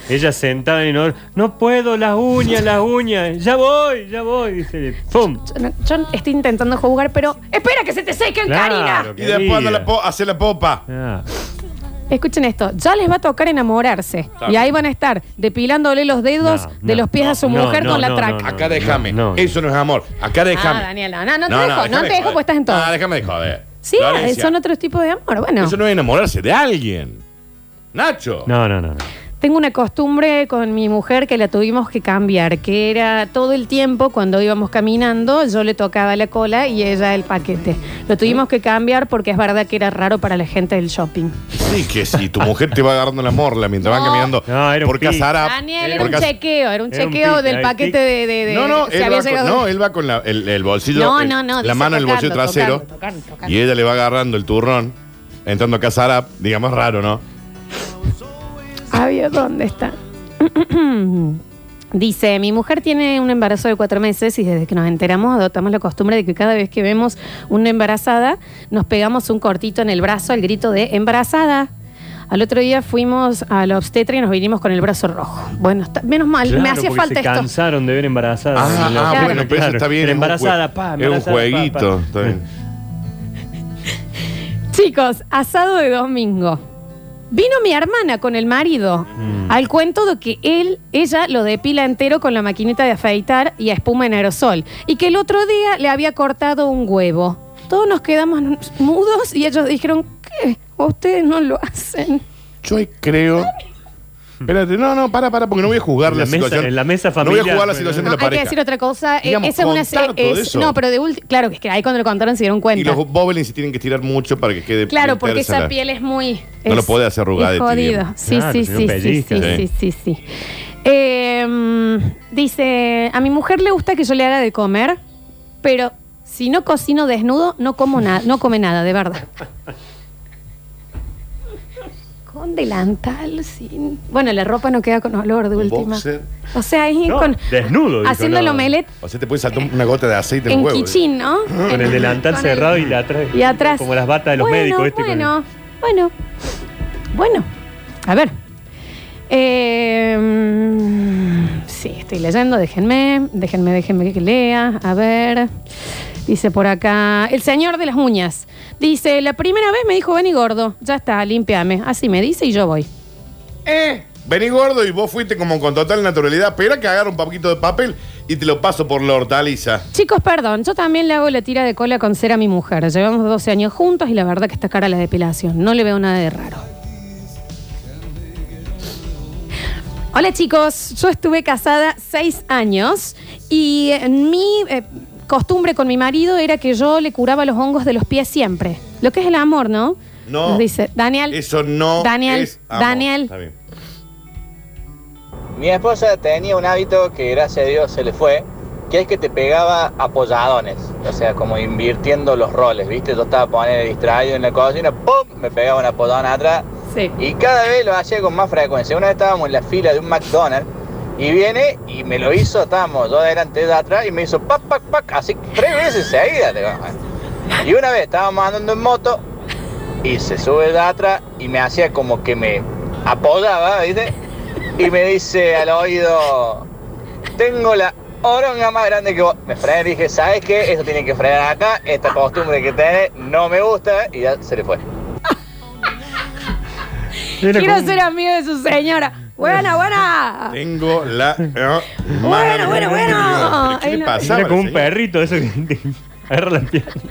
[SPEAKER 14] Ella sentada en el inodoro, no puedo, las uñas, las uñas, ya voy, ya voy, dice, ¡pum!
[SPEAKER 1] Yo, no- yo estoy intentando jugar, pero... ¡Espera que se te sequen, Karina!
[SPEAKER 2] Y después anda la po- hace la popa.
[SPEAKER 14] Ah.
[SPEAKER 1] Escuchen esto, ya les va a tocar enamorarse.
[SPEAKER 2] Claro.
[SPEAKER 1] Y ahí van a estar depilándole los dedos de los pies a su mujer con la traca.
[SPEAKER 2] Acá déjame. Eso no es amor. Acá
[SPEAKER 1] Ah,
[SPEAKER 2] déjame.
[SPEAKER 1] Daniela, no, no te
[SPEAKER 2] No, no,
[SPEAKER 1] dejo, no,
[SPEAKER 2] déjame
[SPEAKER 1] te dejo
[SPEAKER 2] joder.
[SPEAKER 1] porque estás en todo.
[SPEAKER 2] Ah, déjame de joder.
[SPEAKER 1] sí,
[SPEAKER 2] Florencia,
[SPEAKER 1] son otros tipos de amor. Bueno,
[SPEAKER 2] Eso no es enamorarse de alguien. Nacho.
[SPEAKER 14] No, no, no. no.
[SPEAKER 1] tengo una costumbre con mi mujer que la tuvimos que cambiar, que era todo el tiempo cuando íbamos caminando, yo le tocaba la cola y ella el paquete. Lo tuvimos que cambiar porque es verdad que era raro para la gente del shopping.
[SPEAKER 2] Sí, que si tu mujer te va agarrando la morla mientras van caminando por Casarap.
[SPEAKER 1] Daniel, era
[SPEAKER 2] por
[SPEAKER 1] un
[SPEAKER 2] cas-
[SPEAKER 1] chequeo, era un
[SPEAKER 2] Era un
[SPEAKER 1] chequeo
[SPEAKER 2] pique,
[SPEAKER 1] del
[SPEAKER 2] ahí,
[SPEAKER 1] paquete
[SPEAKER 2] tic.
[SPEAKER 1] de, de- de-
[SPEAKER 2] No, no,
[SPEAKER 1] si
[SPEAKER 2] él
[SPEAKER 1] había
[SPEAKER 2] va, con,
[SPEAKER 1] llegado-
[SPEAKER 2] no él va con la- el, el bolsillo,
[SPEAKER 1] No,
[SPEAKER 2] el-
[SPEAKER 1] no, no,
[SPEAKER 2] la
[SPEAKER 1] dice
[SPEAKER 2] mano en el bolsillo
[SPEAKER 1] tocando,
[SPEAKER 2] trasero
[SPEAKER 1] tocando, tocando, tocando.
[SPEAKER 2] y ella le va agarrando el turrón, entrando a Casarap, digamos raro, ¿no?
[SPEAKER 1] Javier, ¿dónde está? Dice, mi mujer tiene un embarazo de cuatro meses y desde que nos enteramos adoptamos la costumbre de que cada vez que vemos una embarazada nos pegamos un cortito en el brazo al grito de embarazada. Al otro día fuimos a la obstetra y nos vinimos con el brazo rojo. Bueno, está- menos mal, me
[SPEAKER 14] Claro,
[SPEAKER 1] hacía
[SPEAKER 14] porque
[SPEAKER 1] falta
[SPEAKER 14] se
[SPEAKER 1] esto.
[SPEAKER 14] cansaron de ver embarazadas.
[SPEAKER 2] Ah,
[SPEAKER 14] La-
[SPEAKER 2] ah, bueno, pero eso está bien, es un
[SPEAKER 14] Embarazada,
[SPEAKER 2] jue-
[SPEAKER 14] pa,
[SPEAKER 2] es un
[SPEAKER 14] embarazada, pa, pa.
[SPEAKER 2] jueguito, está bien.
[SPEAKER 1] Chicos, asado de domingo. Vino mi hermana con el marido al cuento de que él, ella lo depila entero con la maquinita de afeitar y a espuma en aerosol. Y que el otro día le había cortado un huevo. Todos nos quedamos mudos y ellos dijeron, ¿qué? Ustedes no lo hacen.
[SPEAKER 2] Yo creo. Espérate, no, no, para, para, porque no voy a jugar la,
[SPEAKER 14] En la mesa-
[SPEAKER 2] situación.
[SPEAKER 14] en la mesa
[SPEAKER 2] No voy a
[SPEAKER 14] familiar,
[SPEAKER 2] jugar la
[SPEAKER 14] bueno.
[SPEAKER 2] situación de la
[SPEAKER 1] No, hay que
[SPEAKER 2] pareja.
[SPEAKER 1] decir otra cosa. Eh,
[SPEAKER 2] Digamos,
[SPEAKER 1] esa es una se-
[SPEAKER 2] contar todo
[SPEAKER 1] es-
[SPEAKER 2] eso.
[SPEAKER 1] No, pero de último. Claro, que es que ahí cuando lo contaron se dieron
[SPEAKER 2] Y
[SPEAKER 1] cuenta.
[SPEAKER 2] los bobelins se tienen que tirar mucho para que quede.
[SPEAKER 1] Claro, porque
[SPEAKER 2] tersa
[SPEAKER 1] esa
[SPEAKER 2] la-
[SPEAKER 1] piel es muy.
[SPEAKER 2] No
[SPEAKER 1] es-
[SPEAKER 2] lo puede hacer
[SPEAKER 1] es
[SPEAKER 2] rugadete,
[SPEAKER 1] jodido.
[SPEAKER 2] digamos.
[SPEAKER 1] Sí,
[SPEAKER 2] Claro,
[SPEAKER 1] sí,
[SPEAKER 2] si no
[SPEAKER 1] sí, sí,
[SPEAKER 2] pellizca.
[SPEAKER 1] sí, sí,
[SPEAKER 2] Sí.
[SPEAKER 1] sí, sí. Eh, mm, dice, a mi mujer le gusta que yo le haga de comer, pero si no cocino desnudo, no como nada, no come nada, de verdad. Con delantal, sin. Bueno, la ropa no queda con olor de última.
[SPEAKER 2] boxer.
[SPEAKER 1] O sea, ahí con.
[SPEAKER 14] Desnudo. dijo,
[SPEAKER 1] Haciendo el
[SPEAKER 14] no.
[SPEAKER 1] omelette
[SPEAKER 2] O sea, te puede saltar una gota de aceite en el
[SPEAKER 1] en
[SPEAKER 2] huevo. ¿eh?
[SPEAKER 1] quichín, ¿no?
[SPEAKER 14] Con
[SPEAKER 1] En-
[SPEAKER 14] el delantal
[SPEAKER 1] con el-
[SPEAKER 14] cerrado y la atrás.
[SPEAKER 1] y atrás.
[SPEAKER 14] Como las batas de los
[SPEAKER 1] Bueno,
[SPEAKER 14] médicos, este, ¿viste? Con el-
[SPEAKER 1] Bueno, bueno, bueno. A ver. Eh, mm, sí, estoy leyendo, déjenme, déjenme, déjenme que lea. A ver. Dice por acá, el señor de las uñas. Dice, la primera vez me dijo, vení gordo, ya está, límpiame. Así me dice y yo voy.
[SPEAKER 2] Eh, vení gordo y vos fuiste como con total naturalidad. Espera que agarre un poquito de papel y te lo paso por la hortaliza.
[SPEAKER 1] Chicos, perdón, yo también le hago la tira de cola con cera a mi mujer. Llevamos 12 años juntos y la verdad que está cara la depilación. No le veo nada de raro. Hola chicos, yo estuve casada 6 años y eh, mi eh, costumbre con mi marido era que yo le curaba los hongos de los pies siempre. Lo que es el amor, ¿no?
[SPEAKER 2] No.
[SPEAKER 1] Nos dice, Daniel.
[SPEAKER 2] Eso no
[SPEAKER 1] Daniel,
[SPEAKER 2] es amor.
[SPEAKER 1] Daniel.
[SPEAKER 2] Está bien.
[SPEAKER 8] Mi esposa tenía un hábito que gracias a Dios se le fue, que es que te pegaba apoyadones, o sea, como invirtiendo los roles, ¿viste? Yo estaba poniendo distraído en la cocina, ¡pum! Me pegaba un apoyadón atrás.
[SPEAKER 1] Sí.
[SPEAKER 8] Y cada vez lo hacía con más frecuencia. Una vez estábamos en la fila de un McDonald's y viene y me lo hizo, estábamos yo adelante yo atrás y me hizo pac, pac, ¿eh? pac, así tres veces seguidas. te digo. Y una vez estábamos andando en moto y se sube de atrás y me hacía como que me apodaba, ¿viste? Y me dice al oído, tengo la oronga más grande que vos. Me frené y dije, ¿sabes qué? Eso tiene que frenar acá, esta costumbre que tenés no me gusta y ya se le fue.
[SPEAKER 1] Quiero ser amigo de su señora. Buena, buena.
[SPEAKER 2] Tengo la. eh,
[SPEAKER 1] Bueno, bueno, bueno.
[SPEAKER 2] ¿Qué
[SPEAKER 1] Ay,
[SPEAKER 2] le
[SPEAKER 1] no.
[SPEAKER 2] pasaba?
[SPEAKER 14] Era como un
[SPEAKER 2] señor?
[SPEAKER 14] perrito eso que te agarra la pierna.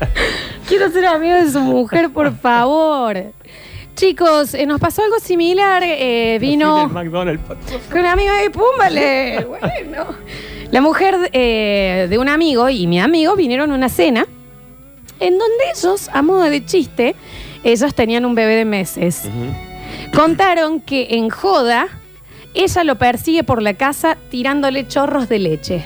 [SPEAKER 1] Quiero ser amigo de su mujer, por favor. Chicos, eh, nos pasó algo similar. eh, vino con un amigo y púmbale. Bueno. La mujer eh, de un amigo y mi amigo vinieron a una cena en donde ellos, a modo de chiste, ellos tenían un bebé de meses. Contaron que en joda ella lo persigue por la casa tirándole chorros de leche.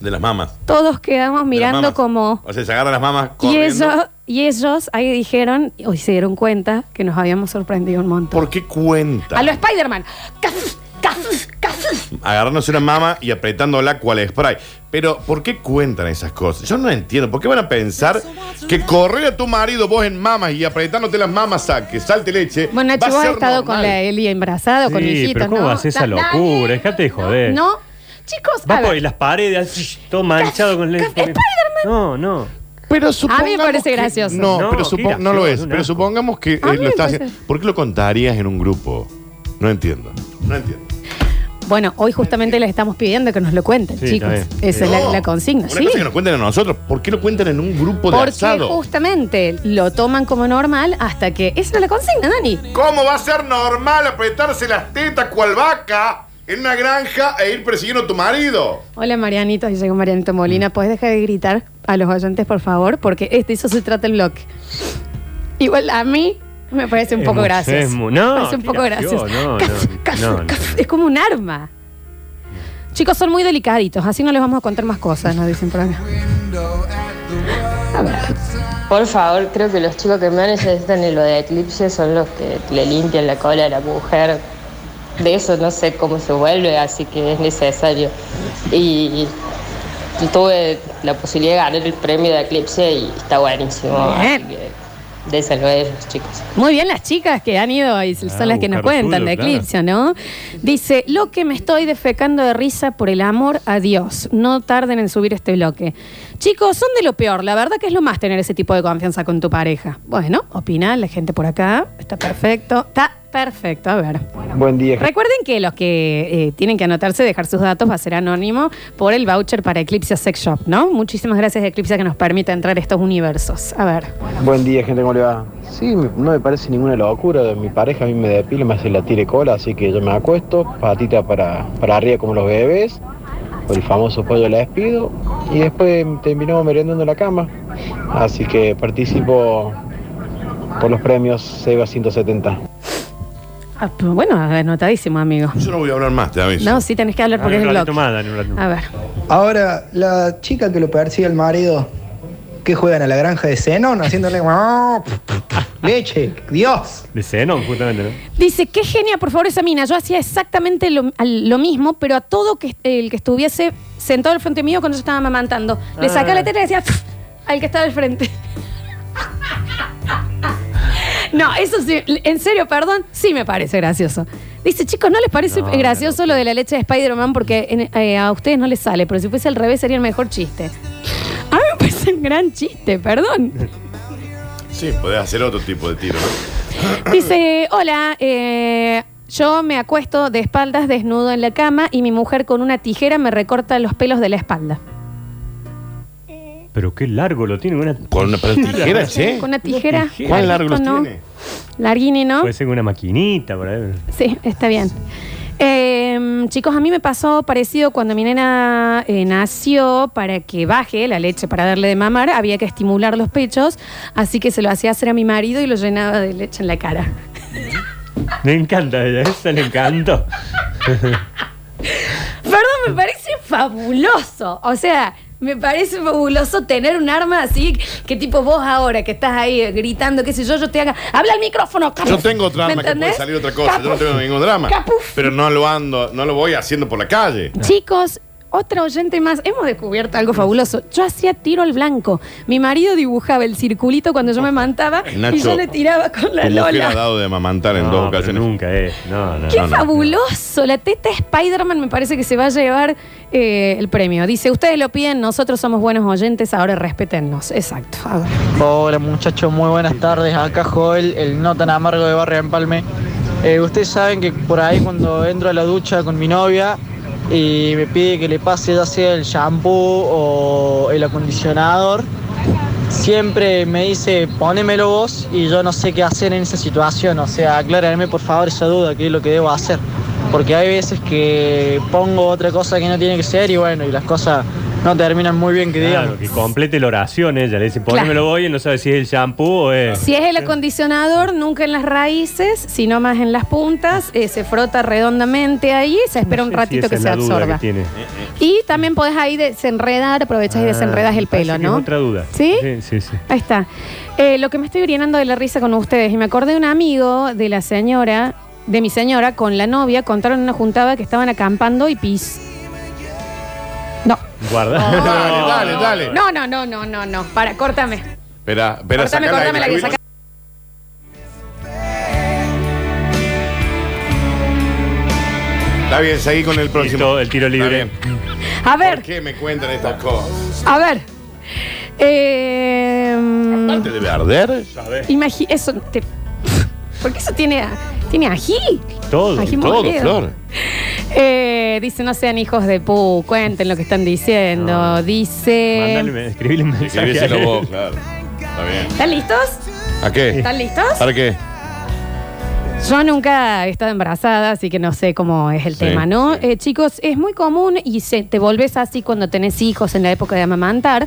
[SPEAKER 2] De las mamas.
[SPEAKER 1] Todos quedamos mirando
[SPEAKER 2] mamas.
[SPEAKER 1] como...
[SPEAKER 2] O sea, se agarran las mamas
[SPEAKER 1] Y
[SPEAKER 2] corriendo.
[SPEAKER 1] ellos, y ellos ahí dijeron, o se dieron cuenta, que nos habíamos sorprendido un montón.
[SPEAKER 2] ¿Por qué cuenta?
[SPEAKER 1] A lo Spider-Man. ¡Cafus! ¡Cafus! ¡Cafus!
[SPEAKER 2] Agarrándose una mama y apretándola cual spray. Pero, ¿por qué cuentan esas cosas? Yo no entiendo. ¿Por qué van a pensar que correr a tu marido vos en mamas y apretándote las mamas a que salte leche?
[SPEAKER 1] Bueno,
[SPEAKER 2] va
[SPEAKER 1] Nacho,
[SPEAKER 2] a
[SPEAKER 1] vos has
[SPEAKER 2] ser
[SPEAKER 1] estado
[SPEAKER 2] normal?
[SPEAKER 1] con la Eli embarazada, o con
[SPEAKER 14] Sí,
[SPEAKER 1] hijito,
[SPEAKER 14] pero ¿cómo
[SPEAKER 1] ¿no?
[SPEAKER 14] vas a hacer esa
[SPEAKER 1] Na- nadie-
[SPEAKER 14] locura? Dejate de joder.
[SPEAKER 1] No. Chicos, a
[SPEAKER 14] Va por
[SPEAKER 1] ver,
[SPEAKER 14] las paredes, así, todo manchado con leche. No, no.
[SPEAKER 2] Pero
[SPEAKER 1] a mí me parece gracioso.
[SPEAKER 2] No, pero
[SPEAKER 14] qué
[SPEAKER 2] supo- no lo
[SPEAKER 14] gracioso,
[SPEAKER 2] es.
[SPEAKER 14] un
[SPEAKER 2] Pero
[SPEAKER 14] asco.
[SPEAKER 2] supongamos que eh,
[SPEAKER 1] A mí
[SPEAKER 2] lo
[SPEAKER 1] me
[SPEAKER 2] estás
[SPEAKER 1] parece-
[SPEAKER 2] haciendo. ¿Por qué lo contarías en un grupo? No entiendo. No entiendo.
[SPEAKER 1] Bueno, hoy justamente les estamos pidiendo que nos lo cuenten,
[SPEAKER 2] Sí,
[SPEAKER 1] chicos.
[SPEAKER 2] está bien.
[SPEAKER 1] Esa es la,
[SPEAKER 2] No.
[SPEAKER 1] la consigna,
[SPEAKER 2] Una
[SPEAKER 1] ¿sí?
[SPEAKER 2] cosa que nos cuenten a nosotros. ¿Por qué lo cuentan en un grupo de
[SPEAKER 1] Porque
[SPEAKER 2] asado?
[SPEAKER 1] justamente lo toman como normal hasta que... Esa era la consigna, Dani.
[SPEAKER 2] ¿Cómo va a ser normal apretarse las tetas cual vaca en una granja e ir persiguiendo a tu marido?
[SPEAKER 1] Hola Marianito, ahí llegó Marianito
[SPEAKER 14] Mm.
[SPEAKER 1] Molina. ¿Puedes dejar de gritar a los oyentes, por favor? Porque este, eso se trata el bloque. Igual a mí me parece un
[SPEAKER 14] Es
[SPEAKER 1] poco
[SPEAKER 14] mu-
[SPEAKER 1] gracioso.
[SPEAKER 14] es mu-
[SPEAKER 1] Me
[SPEAKER 14] No,
[SPEAKER 1] parece un
[SPEAKER 14] qué
[SPEAKER 1] poco
[SPEAKER 14] gracioso,
[SPEAKER 1] gracioso.
[SPEAKER 14] No, no, no, no.
[SPEAKER 1] Es como un arma. Chicos, son muy delicaditos, así no les vamos a contar más cosas, nos dicen por acá.
[SPEAKER 6] Por favor, creo que los chicos que más necesitan en lo de Eclipse son los que le limpian la cola a la mujer. De eso no sé cómo se vuelve, así que es necesario. Y tuve la posibilidad de ganar el premio de Eclipse y está buenísimo.
[SPEAKER 1] Bien.
[SPEAKER 6] así que De eso lo de ellos, chicos.
[SPEAKER 1] Muy bien las chicas que han ido y son
[SPEAKER 6] Ah,
[SPEAKER 1] las que nos
[SPEAKER 6] buscar
[SPEAKER 1] cuentan
[SPEAKER 6] suyo,
[SPEAKER 1] de
[SPEAKER 6] claro.
[SPEAKER 1] Eclipse, ¿no? Dice, lo que me estoy defecando de risa por el amor a Dios. No tarden en subir este bloque. Chicos, son de lo peor. La verdad que es lo más tener ese tipo de confianza con tu pareja. Bueno, opina la gente por acá. Está perfecto. Está perfecto. A ver.
[SPEAKER 9] Buen día.
[SPEAKER 1] Recuerden que los que eh, tienen que anotarse, dejar sus datos, va a ser anónimo por el voucher para Eclipse Sex Shop, ¿no? Muchísimas gracias, Eclipse, que nos permite entrar a estos universos. A ver.
[SPEAKER 9] Buen día, gente, ¿cómo le va? Sí, me- no me parece ninguna locura. Mi pareja a mí me depila, me hace la tire cola, así que yo me acuesto, patita para, para arriba como los bebés, o el famoso pollo la despido, y después terminamos merendando en la cama. Así que participo por los premios Seba 170.
[SPEAKER 1] Ah, pero bueno, anotadísimo, amigo.
[SPEAKER 2] Yo no voy a hablar más, te aviso.
[SPEAKER 1] No, sí, tenés que hablar porque es el bloque.
[SPEAKER 14] Ah,
[SPEAKER 1] A ver.
[SPEAKER 10] Ahora, la chica que lo persigue al marido, que juegan a la granja de Zenón haciéndole leche, Dios.
[SPEAKER 14] De seno, justamente, ¿no?
[SPEAKER 1] Dice, qué genia, por favor, esa mina. Yo hacía exactamente lo, al- lo mismo, pero a todo que, el que estuviese sentado al frente mío cuando yo estaba amamantando. Le
[SPEAKER 11] Ah.
[SPEAKER 1] sacaba la teta y decía, "Pf", al que estaba al frente. no, eso sí, en serio, perdón, sí me parece gracioso. Dice, chicos, ¿no les parece
[SPEAKER 10] No,
[SPEAKER 1] gracioso lo de la leche de Spider-Man? Porque en- eh, a ustedes no les sale, pero si fuese al revés sería el mejor chiste. A mí me parece un gran chiste, perdón.
[SPEAKER 2] Sí, podés hacer otro tipo de tiro. ¿no?
[SPEAKER 1] Dice, hola, eh, yo me acuesto de espaldas desnudo en la cama y mi mujer con una tijera me recorta los pelos de la espalda.
[SPEAKER 14] Pero qué largo lo tiene. Una
[SPEAKER 2] Con una pero tijera, che.
[SPEAKER 1] Con una tijera.
[SPEAKER 14] ¿Cuán largo los
[SPEAKER 1] Larguito, ¿no?
[SPEAKER 14] tiene?
[SPEAKER 1] Larguini, ¿no?
[SPEAKER 14] Puede ser una maquinita por ahí.
[SPEAKER 1] Sí, está bien. Eh, chicos, a mí me pasó parecido cuando mi nena eh, nació, para que baje la leche para darle de mamar, había que estimular los pechos, así que se lo hacía hacer a mi marido y lo llenaba de leche en la cara.
[SPEAKER 14] Me encanta ella, esa le encantó.
[SPEAKER 1] Perdón, me parece fabuloso. O sea, me parece fabuloso tener un arma así que tipo vos ahora que estás ahí eh, gritando, qué sé yo, yo te haga. ¡Habla al micrófono!
[SPEAKER 2] Yo tengo otra
[SPEAKER 1] ¿Me
[SPEAKER 2] arma que puede
[SPEAKER 1] entendés?
[SPEAKER 2] salir otra cosa. Yo no tengo ningún drama. Pero no lo ando, no lo voy haciendo por la calle.
[SPEAKER 1] Chicos, Otra oyente más. Hemos descubierto algo fabuloso. Yo hacía tiro al blanco. Mi marido dibujaba el circulito cuando yo me mantaba
[SPEAKER 2] Nacho,
[SPEAKER 1] y yo le tiraba con la
[SPEAKER 2] Tu mujer ha
[SPEAKER 1] lola.
[SPEAKER 2] dado de amamantar en
[SPEAKER 14] No,
[SPEAKER 2] dos
[SPEAKER 14] pero
[SPEAKER 2] ocasiones.
[SPEAKER 14] Nunca es. No, no,
[SPEAKER 1] ¡Qué
[SPEAKER 14] no, no.
[SPEAKER 1] fabuloso! La teta Spider-Man me parece que se va a llevar eh, el premio. Dice, ustedes lo piden, nosotros somos buenos oyentes, ahora respétennos. Exacto. A ver.
[SPEAKER 14] Ah.
[SPEAKER 11] Hola muchachos, muy buenas tardes. Acá Joel, el no tan amargo de Barrio Empalme. Eh, ustedes saben que por ahí cuando entro a la ducha con mi novia y me pide que le pase ya sea el shampoo o el acondicionador, siempre me dice ponémelo vos y yo no sé qué hacer en esa situación. O sea, aclárenme por favor esa duda, qué es lo que debo hacer. Porque hay veces que pongo otra cosa que no tiene que ser y bueno, y las cosas no terminan muy bien que digamos.
[SPEAKER 14] Claro, que complete la oración ella. Le dice, ponémelo
[SPEAKER 1] Claro.
[SPEAKER 14] voy y no sabe si es el shampoo o es.
[SPEAKER 1] Si es el acondicionador, nunca en las raíces, sino más en las puntas. eh, se frota redondamente ahí, se espera un
[SPEAKER 14] Si
[SPEAKER 1] ratito
[SPEAKER 14] esa
[SPEAKER 1] que
[SPEAKER 14] es
[SPEAKER 1] se
[SPEAKER 14] la duda
[SPEAKER 1] absorba.
[SPEAKER 14] que tiene.
[SPEAKER 1] Y también podés ahí desenredar, aprovechás y
[SPEAKER 14] Ah,
[SPEAKER 1] desenredas el
[SPEAKER 14] me parece
[SPEAKER 1] pelo,
[SPEAKER 14] que es
[SPEAKER 1] ¿no?
[SPEAKER 14] otra duda.
[SPEAKER 1] ¿Sí?
[SPEAKER 14] Sí, sí, sí.
[SPEAKER 1] Ahí está. Eh, lo que me estoy orinando de la risa con ustedes, y me acordé de un amigo de la señora, de mi señora, con la novia, contaron en una juntada que estaban acampando y pis.
[SPEAKER 14] Guarda.
[SPEAKER 2] Dale, dale, Eh, dale.
[SPEAKER 1] No, no, no, no, no, no. Para, córtame.
[SPEAKER 2] Espera, espera,
[SPEAKER 1] Cortame,
[SPEAKER 2] sacala
[SPEAKER 1] cortame
[SPEAKER 2] de
[SPEAKER 1] la que
[SPEAKER 2] la-
[SPEAKER 1] saca-
[SPEAKER 2] Está bien, seguí con el próximo.
[SPEAKER 14] el tiro libre.
[SPEAKER 1] A ver,
[SPEAKER 2] ¿Por qué me cuentan estas cosas?
[SPEAKER 1] a ver. Eh,
[SPEAKER 2] ¿Parte debe arder?
[SPEAKER 1] imagi- eso, te- porque eso tiene, tiene ají.
[SPEAKER 14] Todo,
[SPEAKER 1] Ají
[SPEAKER 14] todo,
[SPEAKER 1] molido.
[SPEAKER 14] Flor.
[SPEAKER 1] Eh, dice, no sean hijos de pu, cuenten lo que están diciendo. Dice.
[SPEAKER 14] Mándale, escribile un mensaje.
[SPEAKER 2] Escribíselo
[SPEAKER 14] a él.
[SPEAKER 2] vos, claro. Está bien.
[SPEAKER 1] ¿Están listos?
[SPEAKER 2] ¿A qué?
[SPEAKER 1] ¿Están listos?
[SPEAKER 2] ¿Para qué?
[SPEAKER 1] Yo nunca he estado embarazada, así que no sé cómo es el
[SPEAKER 2] Sí,
[SPEAKER 1] tema, ¿no? Eh, chicos, es muy común y se, te volvés así cuando tenés hijos en la época de amamantar.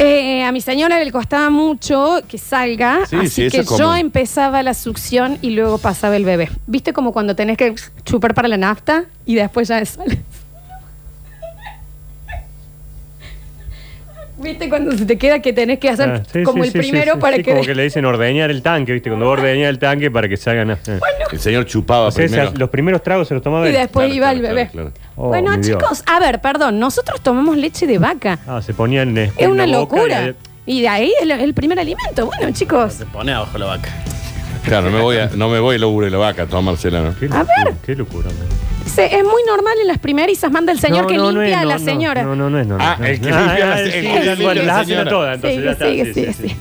[SPEAKER 1] Eh, a mi señora le costaba mucho que salga,
[SPEAKER 2] Sí,
[SPEAKER 1] así
[SPEAKER 2] sí, eso
[SPEAKER 1] que
[SPEAKER 2] es común.
[SPEAKER 1] yo empezaba la succión y luego pasaba el bebé. ¿Viste como cuando tenés que chupar para la nafta y después ya sale? ¿Viste cuando se te queda que tenés que hacer
[SPEAKER 14] Ah, sí,
[SPEAKER 1] como
[SPEAKER 14] sí,
[SPEAKER 1] el
[SPEAKER 14] sí, sí,
[SPEAKER 1] primero
[SPEAKER 14] sí,
[SPEAKER 1] para
[SPEAKER 14] sí,
[SPEAKER 1] que...
[SPEAKER 14] Como que le dicen ordeñar el tanque, ¿viste? Cuando ordeñar el tanque para que salgan. eh.
[SPEAKER 2] El señor chupaba primero.
[SPEAKER 14] los primeros tragos se los tomaba
[SPEAKER 1] Y
[SPEAKER 14] él.
[SPEAKER 1] después iba el bebé.
[SPEAKER 14] Oh,
[SPEAKER 1] bueno,
[SPEAKER 14] mi Dios.
[SPEAKER 1] chicos, a ver, perdón, nosotros tomamos leche de vaca.
[SPEAKER 14] Ah, se ponían. en
[SPEAKER 1] Es una
[SPEAKER 14] la boca
[SPEAKER 1] locura.
[SPEAKER 14] y-
[SPEAKER 1] Y de ahí el, el primer alimento. Bueno, chicos,
[SPEAKER 22] Pone abajo la vaca.
[SPEAKER 2] Claro, no me voy, a, no me voy lo y la vaca a tomársela, ¿no?
[SPEAKER 1] a ver,
[SPEAKER 14] Qué locura. man.
[SPEAKER 1] se- es muy normal en las primerizas. Manda el señor
[SPEAKER 14] No,
[SPEAKER 1] que
[SPEAKER 14] no, no
[SPEAKER 1] limpia
[SPEAKER 14] es,
[SPEAKER 1] a
[SPEAKER 14] no,
[SPEAKER 1] la
[SPEAKER 14] no,
[SPEAKER 1] señora.
[SPEAKER 14] No, no, no es no.
[SPEAKER 2] Ah,
[SPEAKER 14] no,
[SPEAKER 2] el que
[SPEAKER 14] no.
[SPEAKER 2] limpia
[SPEAKER 14] Ah,
[SPEAKER 2] la- el
[SPEAKER 14] sí,
[SPEAKER 2] que limpia
[SPEAKER 14] bueno,
[SPEAKER 2] la
[SPEAKER 14] las hacen a
[SPEAKER 2] señora.
[SPEAKER 14] todas, entonces ya está,
[SPEAKER 1] sigue,
[SPEAKER 14] sí,
[SPEAKER 1] sigue,
[SPEAKER 14] sí,
[SPEAKER 1] sigue, sigue.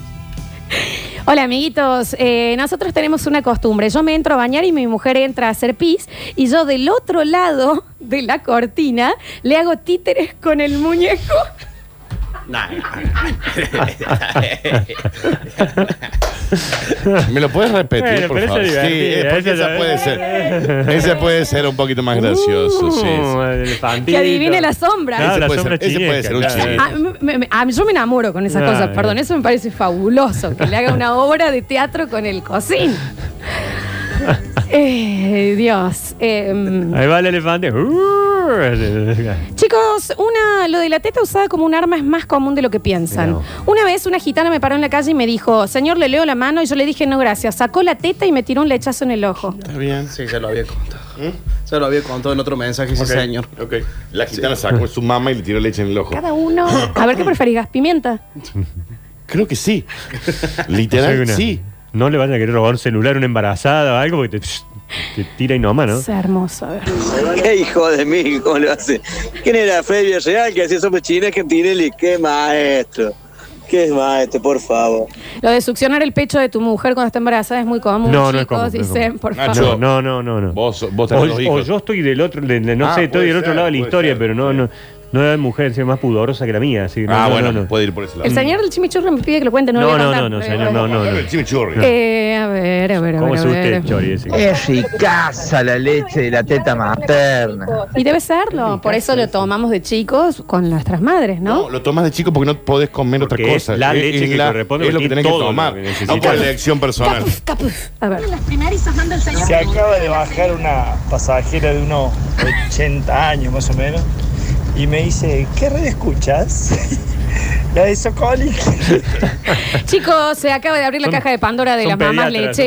[SPEAKER 1] Hola amiguitos, Eh, nosotros tenemos una costumbre, yo me entro a bañar y mi mujer entra a hacer pis y yo del otro lado de la cortina le hago títeres con el muñeco.
[SPEAKER 2] ¿Me lo puedes repetir,
[SPEAKER 14] Bueno,
[SPEAKER 2] por
[SPEAKER 14] pero
[SPEAKER 2] favor?
[SPEAKER 14] eso es
[SPEAKER 2] sí,
[SPEAKER 14] divertido,
[SPEAKER 2] es porque
[SPEAKER 14] eso
[SPEAKER 2] esa
[SPEAKER 14] ya-
[SPEAKER 2] puede ser. Esa puede ser un poquito más gracioso, sí,
[SPEAKER 14] Uh, el
[SPEAKER 2] sí.
[SPEAKER 1] Que adivine la sombra. Ah.
[SPEAKER 2] Ese
[SPEAKER 14] Claro, la
[SPEAKER 2] puede
[SPEAKER 14] sombra
[SPEAKER 2] ser- ese puede
[SPEAKER 14] chinesca,
[SPEAKER 2] ser un
[SPEAKER 14] claro.
[SPEAKER 2] chiste.
[SPEAKER 1] A- me- me- a mí- yo me enamoro con esas
[SPEAKER 14] Ah,
[SPEAKER 1] cosas,
[SPEAKER 14] bien.
[SPEAKER 1] perdón, eso me parece fabuloso, que le haga una obra de teatro con el cocín. Eh, Dios. Eh, mm.
[SPEAKER 14] Ahí va el elefante. Uh,
[SPEAKER 1] Chicos, una, lo de la teta usada como un arma es más común de lo que piensan. Una vez una gitana me paró en la calle y me dijo, señor, le leo la mano y yo le dije, no, gracias. Sacó la teta y me tiró un lechazo en el ojo.
[SPEAKER 22] Está bien. Sí, ya lo había contado.
[SPEAKER 14] ¿Eh?
[SPEAKER 22] Se lo había contado en otro mensaje, sí, señor.
[SPEAKER 2] Ok. La gitana sacó su mamá y le tiró leche en el ojo.
[SPEAKER 1] Cada uno. A ver qué preferís, gas pimienta.
[SPEAKER 2] Creo que sí. Literal,
[SPEAKER 14] O sea, una-
[SPEAKER 2] sí.
[SPEAKER 14] No le van a querer robar un celular a una embarazada o algo porque te, te tira y no ama, ¿no?
[SPEAKER 1] Es hermoso. A ver.
[SPEAKER 12] ¿Qué hijo de mí? ¿Cómo lo hace? ¿Quién era Freddy Real que hacía sopa china Tinelli? ¡Qué maestro! ¡Qué maestro, por favor!
[SPEAKER 1] Lo de succionar el pecho de tu mujer cuando está embarazada es muy común.
[SPEAKER 14] No,
[SPEAKER 1] chicos,
[SPEAKER 14] no es común, no es
[SPEAKER 1] Dicen,
[SPEAKER 14] común.
[SPEAKER 1] por
[SPEAKER 14] Nacho,
[SPEAKER 1] favor.
[SPEAKER 14] No, no, no, no.
[SPEAKER 2] Ah, Vos, vos
[SPEAKER 14] o,
[SPEAKER 2] tenés dos hijos.
[SPEAKER 14] o yo estoy del otro, de- de- no
[SPEAKER 2] Ah,
[SPEAKER 14] sé, estoy
[SPEAKER 2] puede
[SPEAKER 14] del otro
[SPEAKER 2] ser,
[SPEAKER 14] lado de la
[SPEAKER 2] puede
[SPEAKER 14] historia,
[SPEAKER 2] ser,
[SPEAKER 14] pero no, no, no era mujer, sino más pudorosa que la mía. Así, que no,
[SPEAKER 2] ah,
[SPEAKER 14] no,
[SPEAKER 2] bueno,
[SPEAKER 14] no, no.
[SPEAKER 2] puede ir por ese lado.
[SPEAKER 1] El señor del chimichurri me pide que lo cuente, no, lo
[SPEAKER 14] No,
[SPEAKER 1] voy a
[SPEAKER 14] no,
[SPEAKER 1] contar.
[SPEAKER 14] no, no, señor, no, no, no.
[SPEAKER 2] El chimichurri.
[SPEAKER 1] Eh, a ver, a ver, a ver.
[SPEAKER 14] ¿Cómo
[SPEAKER 1] a
[SPEAKER 14] se
[SPEAKER 1] ver.
[SPEAKER 14] usted, Chori? ese?
[SPEAKER 11] Es ricaza la leche de la teta materna.
[SPEAKER 1] Y debe serlo, por eso lo tomamos de chicos con nuestras madres, ¿no?
[SPEAKER 2] Lo tomas de chico porque no podés comer otra
[SPEAKER 14] es
[SPEAKER 2] cosa.
[SPEAKER 14] la leche que corresponde,
[SPEAKER 2] Es lo que
[SPEAKER 14] porque
[SPEAKER 2] tenés
[SPEAKER 14] tiene
[SPEAKER 2] que
[SPEAKER 14] todo
[SPEAKER 2] tomar.
[SPEAKER 14] lo que
[SPEAKER 2] no
[SPEAKER 14] necesitas.
[SPEAKER 2] por elección personal.
[SPEAKER 1] A ver.
[SPEAKER 13] Las primerizas manda el señor.
[SPEAKER 15] Se acaba de bajar una pasajera de unos 80 años más o menos y me dice, ¿qué red escuchas? La de Socoli.
[SPEAKER 1] Chicos, se acaba de abrir la
[SPEAKER 15] Son-
[SPEAKER 1] caja de Pandora de
[SPEAKER 15] son
[SPEAKER 1] las mamás
[SPEAKER 15] pediatras, son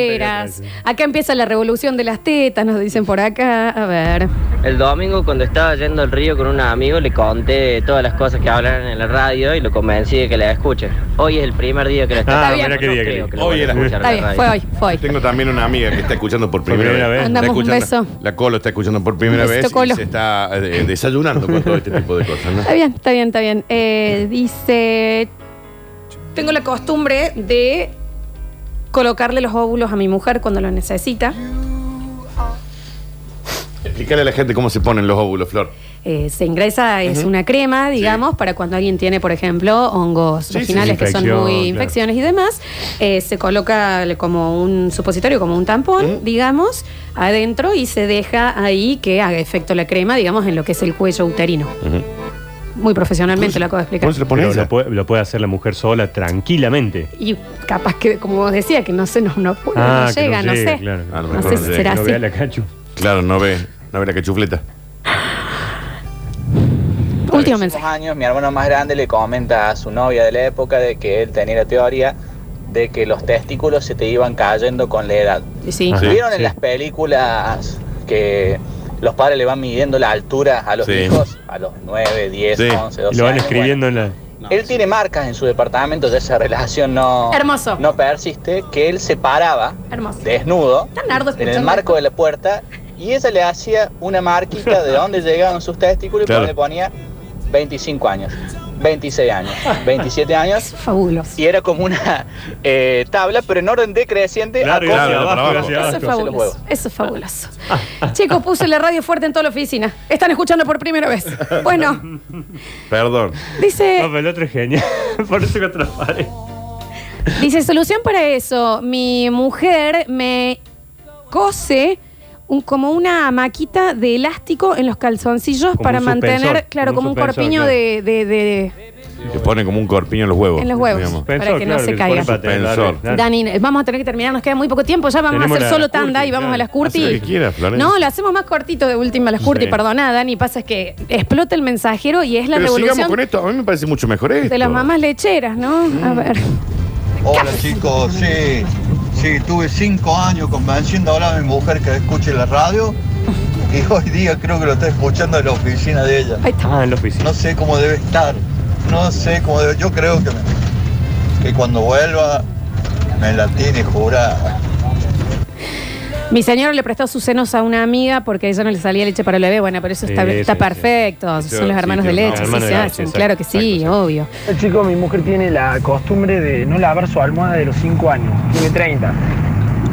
[SPEAKER 1] lecheras. Acá empieza la revolución de las tetas, nos dicen por acá. A ver.
[SPEAKER 13] El domingo cuando estaba yendo al río con un amigo le conté todas las cosas que hablaron en la radio y lo convencí de que la escuche. Hoy es el primer día que la está
[SPEAKER 1] Ah, Está bien. mirá qué
[SPEAKER 13] No
[SPEAKER 1] día
[SPEAKER 13] creo
[SPEAKER 1] que-
[SPEAKER 13] que la
[SPEAKER 2] Hoy
[SPEAKER 13] vaya a
[SPEAKER 2] era.
[SPEAKER 13] escuchar en
[SPEAKER 1] Está
[SPEAKER 13] la
[SPEAKER 1] bien,
[SPEAKER 13] radio.
[SPEAKER 1] fue hoy, fue hoy.
[SPEAKER 2] Tengo también una amiga que está escuchando por primera,
[SPEAKER 14] primera vez.
[SPEAKER 2] Está
[SPEAKER 1] Mandamos un
[SPEAKER 2] escuchando-
[SPEAKER 1] beso.
[SPEAKER 2] La Colo está escuchando por primera
[SPEAKER 1] Un besito,
[SPEAKER 2] vez
[SPEAKER 1] Colo.
[SPEAKER 2] y se está eh, desayunando con todo este tipo de cosas, ¿no?
[SPEAKER 1] Está bien, está bien, está bien. Eh, dice, tengo la costumbre de colocarle los óvulos a mi mujer cuando los necesita.
[SPEAKER 2] Explícale a la gente cómo se ponen los óvulos, Flor.
[SPEAKER 1] Eh, se ingresa, es
[SPEAKER 2] Ujú.
[SPEAKER 1] una crema, digamos, para cuando alguien tiene, por ejemplo, hongos
[SPEAKER 2] Sí, sí, sí,
[SPEAKER 1] vaginales que son
[SPEAKER 2] infección,
[SPEAKER 1] muy
[SPEAKER 2] claro.
[SPEAKER 1] infecciones y demás. Eh, se coloca le- como un supositorio, como un tampón, digamos, adentro y se deja ahí que haga efecto la crema, digamos, en lo que es el cuello uterino. Muy profesionalmente lo acabo de explicar.
[SPEAKER 14] Pero lo, puede, lo puede hacer la mujer sola tranquilamente.
[SPEAKER 1] Y capaz que, como vos decías, que no se nos no, puede,
[SPEAKER 14] Ah,
[SPEAKER 1] no
[SPEAKER 14] que
[SPEAKER 1] llega, no,
[SPEAKER 14] llegue,
[SPEAKER 1] sé.
[SPEAKER 14] claro.
[SPEAKER 2] A lo
[SPEAKER 1] Ah, No
[SPEAKER 2] Ah, mejor
[SPEAKER 1] sé si
[SPEAKER 2] llega.
[SPEAKER 1] será así.
[SPEAKER 2] Claro, no ve, no ve la cachufleta.
[SPEAKER 1] Último
[SPEAKER 8] mensaje. años, mi hermano más grande le comenta a su novia de la época de que él tenía la teoría de que los testículos se te iban cayendo con la edad.
[SPEAKER 1] Y sí.
[SPEAKER 8] ¿Se
[SPEAKER 1] Ajá,
[SPEAKER 8] ¿Vieron
[SPEAKER 1] sí.
[SPEAKER 8] en las películas que los padres le van midiendo la altura a los
[SPEAKER 14] Sí.
[SPEAKER 8] hijos? A los 9, 10,
[SPEAKER 14] Sí,
[SPEAKER 8] 11, 12
[SPEAKER 14] lo van
[SPEAKER 8] años,
[SPEAKER 14] escribiendo en
[SPEAKER 8] bueno. él tiene marcas en su departamento de esa relación no,
[SPEAKER 1] Hermoso.
[SPEAKER 8] no persiste, que él se paraba
[SPEAKER 1] Hermoso.
[SPEAKER 8] desnudo
[SPEAKER 1] ardo
[SPEAKER 8] en el
[SPEAKER 1] escuchando
[SPEAKER 8] marco de la puerta y ella le hacía una marquita de dónde llegaban sus testículos
[SPEAKER 2] Claro.
[SPEAKER 8] y le ponía 25 años, 26 años, 27 años.
[SPEAKER 1] Fabuloso.
[SPEAKER 8] Y era como una eh, tabla, pero en orden decreciente.
[SPEAKER 14] Claro,
[SPEAKER 8] acorde
[SPEAKER 14] claro,
[SPEAKER 8] a
[SPEAKER 14] para abajo,
[SPEAKER 8] cómo
[SPEAKER 14] hacia
[SPEAKER 8] se
[SPEAKER 1] Eso
[SPEAKER 8] los
[SPEAKER 1] es fabuloso.
[SPEAKER 8] huevos.
[SPEAKER 1] Eso es fabuloso. Chicos, puse la radio fuerte en toda la oficina. Están escuchando por primera vez. Bueno,
[SPEAKER 2] Perdón.
[SPEAKER 1] dice,
[SPEAKER 14] No, pero el otro es genial. Por eso que otra pared.
[SPEAKER 1] dice solución para eso. Mi mujer me cose un- como una maquita de elástico en los calzoncillos
[SPEAKER 2] Como
[SPEAKER 1] para
[SPEAKER 2] un
[SPEAKER 1] mantener,
[SPEAKER 2] suspensor,
[SPEAKER 1] claro, como
[SPEAKER 2] como
[SPEAKER 1] un
[SPEAKER 2] un suspensor,
[SPEAKER 1] corpiño
[SPEAKER 2] claro.
[SPEAKER 1] de, de- de-
[SPEAKER 2] Y te ponen como un corpiño en los huevos.
[SPEAKER 1] en los huevos,
[SPEAKER 2] digamos.
[SPEAKER 1] para que no se caiga.
[SPEAKER 2] Suspensor.
[SPEAKER 1] Dani, vamos a tener que terminar, nos queda muy poco tiempo, ya vamos
[SPEAKER 2] Tenemos
[SPEAKER 1] a hacer
[SPEAKER 2] la-
[SPEAKER 1] solo
[SPEAKER 2] las curtis,
[SPEAKER 1] tanda y vamos
[SPEAKER 2] claro.
[SPEAKER 1] a las
[SPEAKER 2] Haz lo
[SPEAKER 1] curti.
[SPEAKER 2] que quieras, Florencia.
[SPEAKER 1] No, la hacemos más cortito de última, las curti,
[SPEAKER 2] Sí.
[SPEAKER 1] perdona, Dani, pasa que explota el mensajero y es la
[SPEAKER 2] Pero sigamos
[SPEAKER 1] revolución
[SPEAKER 2] con esto, a mí me parece mucho mejor esto.
[SPEAKER 1] de las mamás lecheras, ¿no? A ver.
[SPEAKER 16] Hola chicos, sí, sí, tuve cinco años convenciendo ahora a mi mujer que escuche la radio y hoy día creo que lo está escuchando en la oficina de ella.
[SPEAKER 14] Ah, en la oficina.
[SPEAKER 16] No sé cómo debe estar, no sé cómo debe, yo creo que, me- que cuando vuelva me la tiene jurada.
[SPEAKER 1] Mi señora le prestó sus senos a una amiga porque a ella no le salía leche para el bebé. Bueno, pero eso está,
[SPEAKER 17] Sí,
[SPEAKER 1] está
[SPEAKER 17] sí,
[SPEAKER 1] perfecto.
[SPEAKER 17] sí.
[SPEAKER 1] Son los
[SPEAKER 17] Sí,
[SPEAKER 1] hermanos de
[SPEAKER 17] tiene una-
[SPEAKER 1] leche, sí
[SPEAKER 17] hermano
[SPEAKER 1] se
[SPEAKER 17] de leche,
[SPEAKER 1] hacen,
[SPEAKER 17] exacto,
[SPEAKER 1] claro que sí, obvio.
[SPEAKER 17] El chico, mi mujer tiene la costumbre de no lavar su almohada de los 5 años, tiene 30.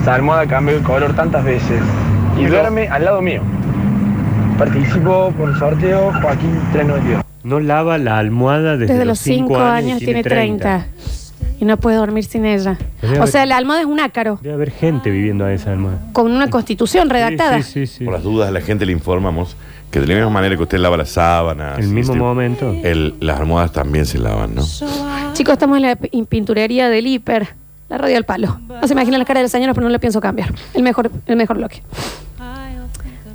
[SPEAKER 17] Esa almohada cambió de color tantas veces y duerme al lado mío. Participo por el sorteo Joaquín 392.
[SPEAKER 14] No lava la almohada desde,
[SPEAKER 1] Desde, los 5
[SPEAKER 14] cinco
[SPEAKER 1] años,
[SPEAKER 14] y
[SPEAKER 1] tiene 30. Y no puede dormir sin ella.
[SPEAKER 14] Debe
[SPEAKER 1] O
[SPEAKER 14] haber-
[SPEAKER 1] sea, la almohada es un ácaro
[SPEAKER 14] Debe haber gente viviendo a esa almohada.
[SPEAKER 1] con una constitución redactada.
[SPEAKER 2] Por las dudas a la gente le informamos que de la misma manera que usted lava las sábanas.
[SPEAKER 14] El
[SPEAKER 2] y
[SPEAKER 14] mismo
[SPEAKER 2] este-
[SPEAKER 14] momento.
[SPEAKER 2] el- las almohadas también se lavan, ¿no?
[SPEAKER 1] Chicos, estamos en la pin- pinturería del hiper, la radio del palo. No se imaginan las caras de las señoras, pero no lo pienso cambiar. El mejor, el mejor bloque.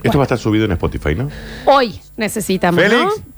[SPEAKER 2] Esto va a estar subido en Spotify, ¿no?
[SPEAKER 1] Hoy necesitamos. ¿no?
[SPEAKER 2] Félix,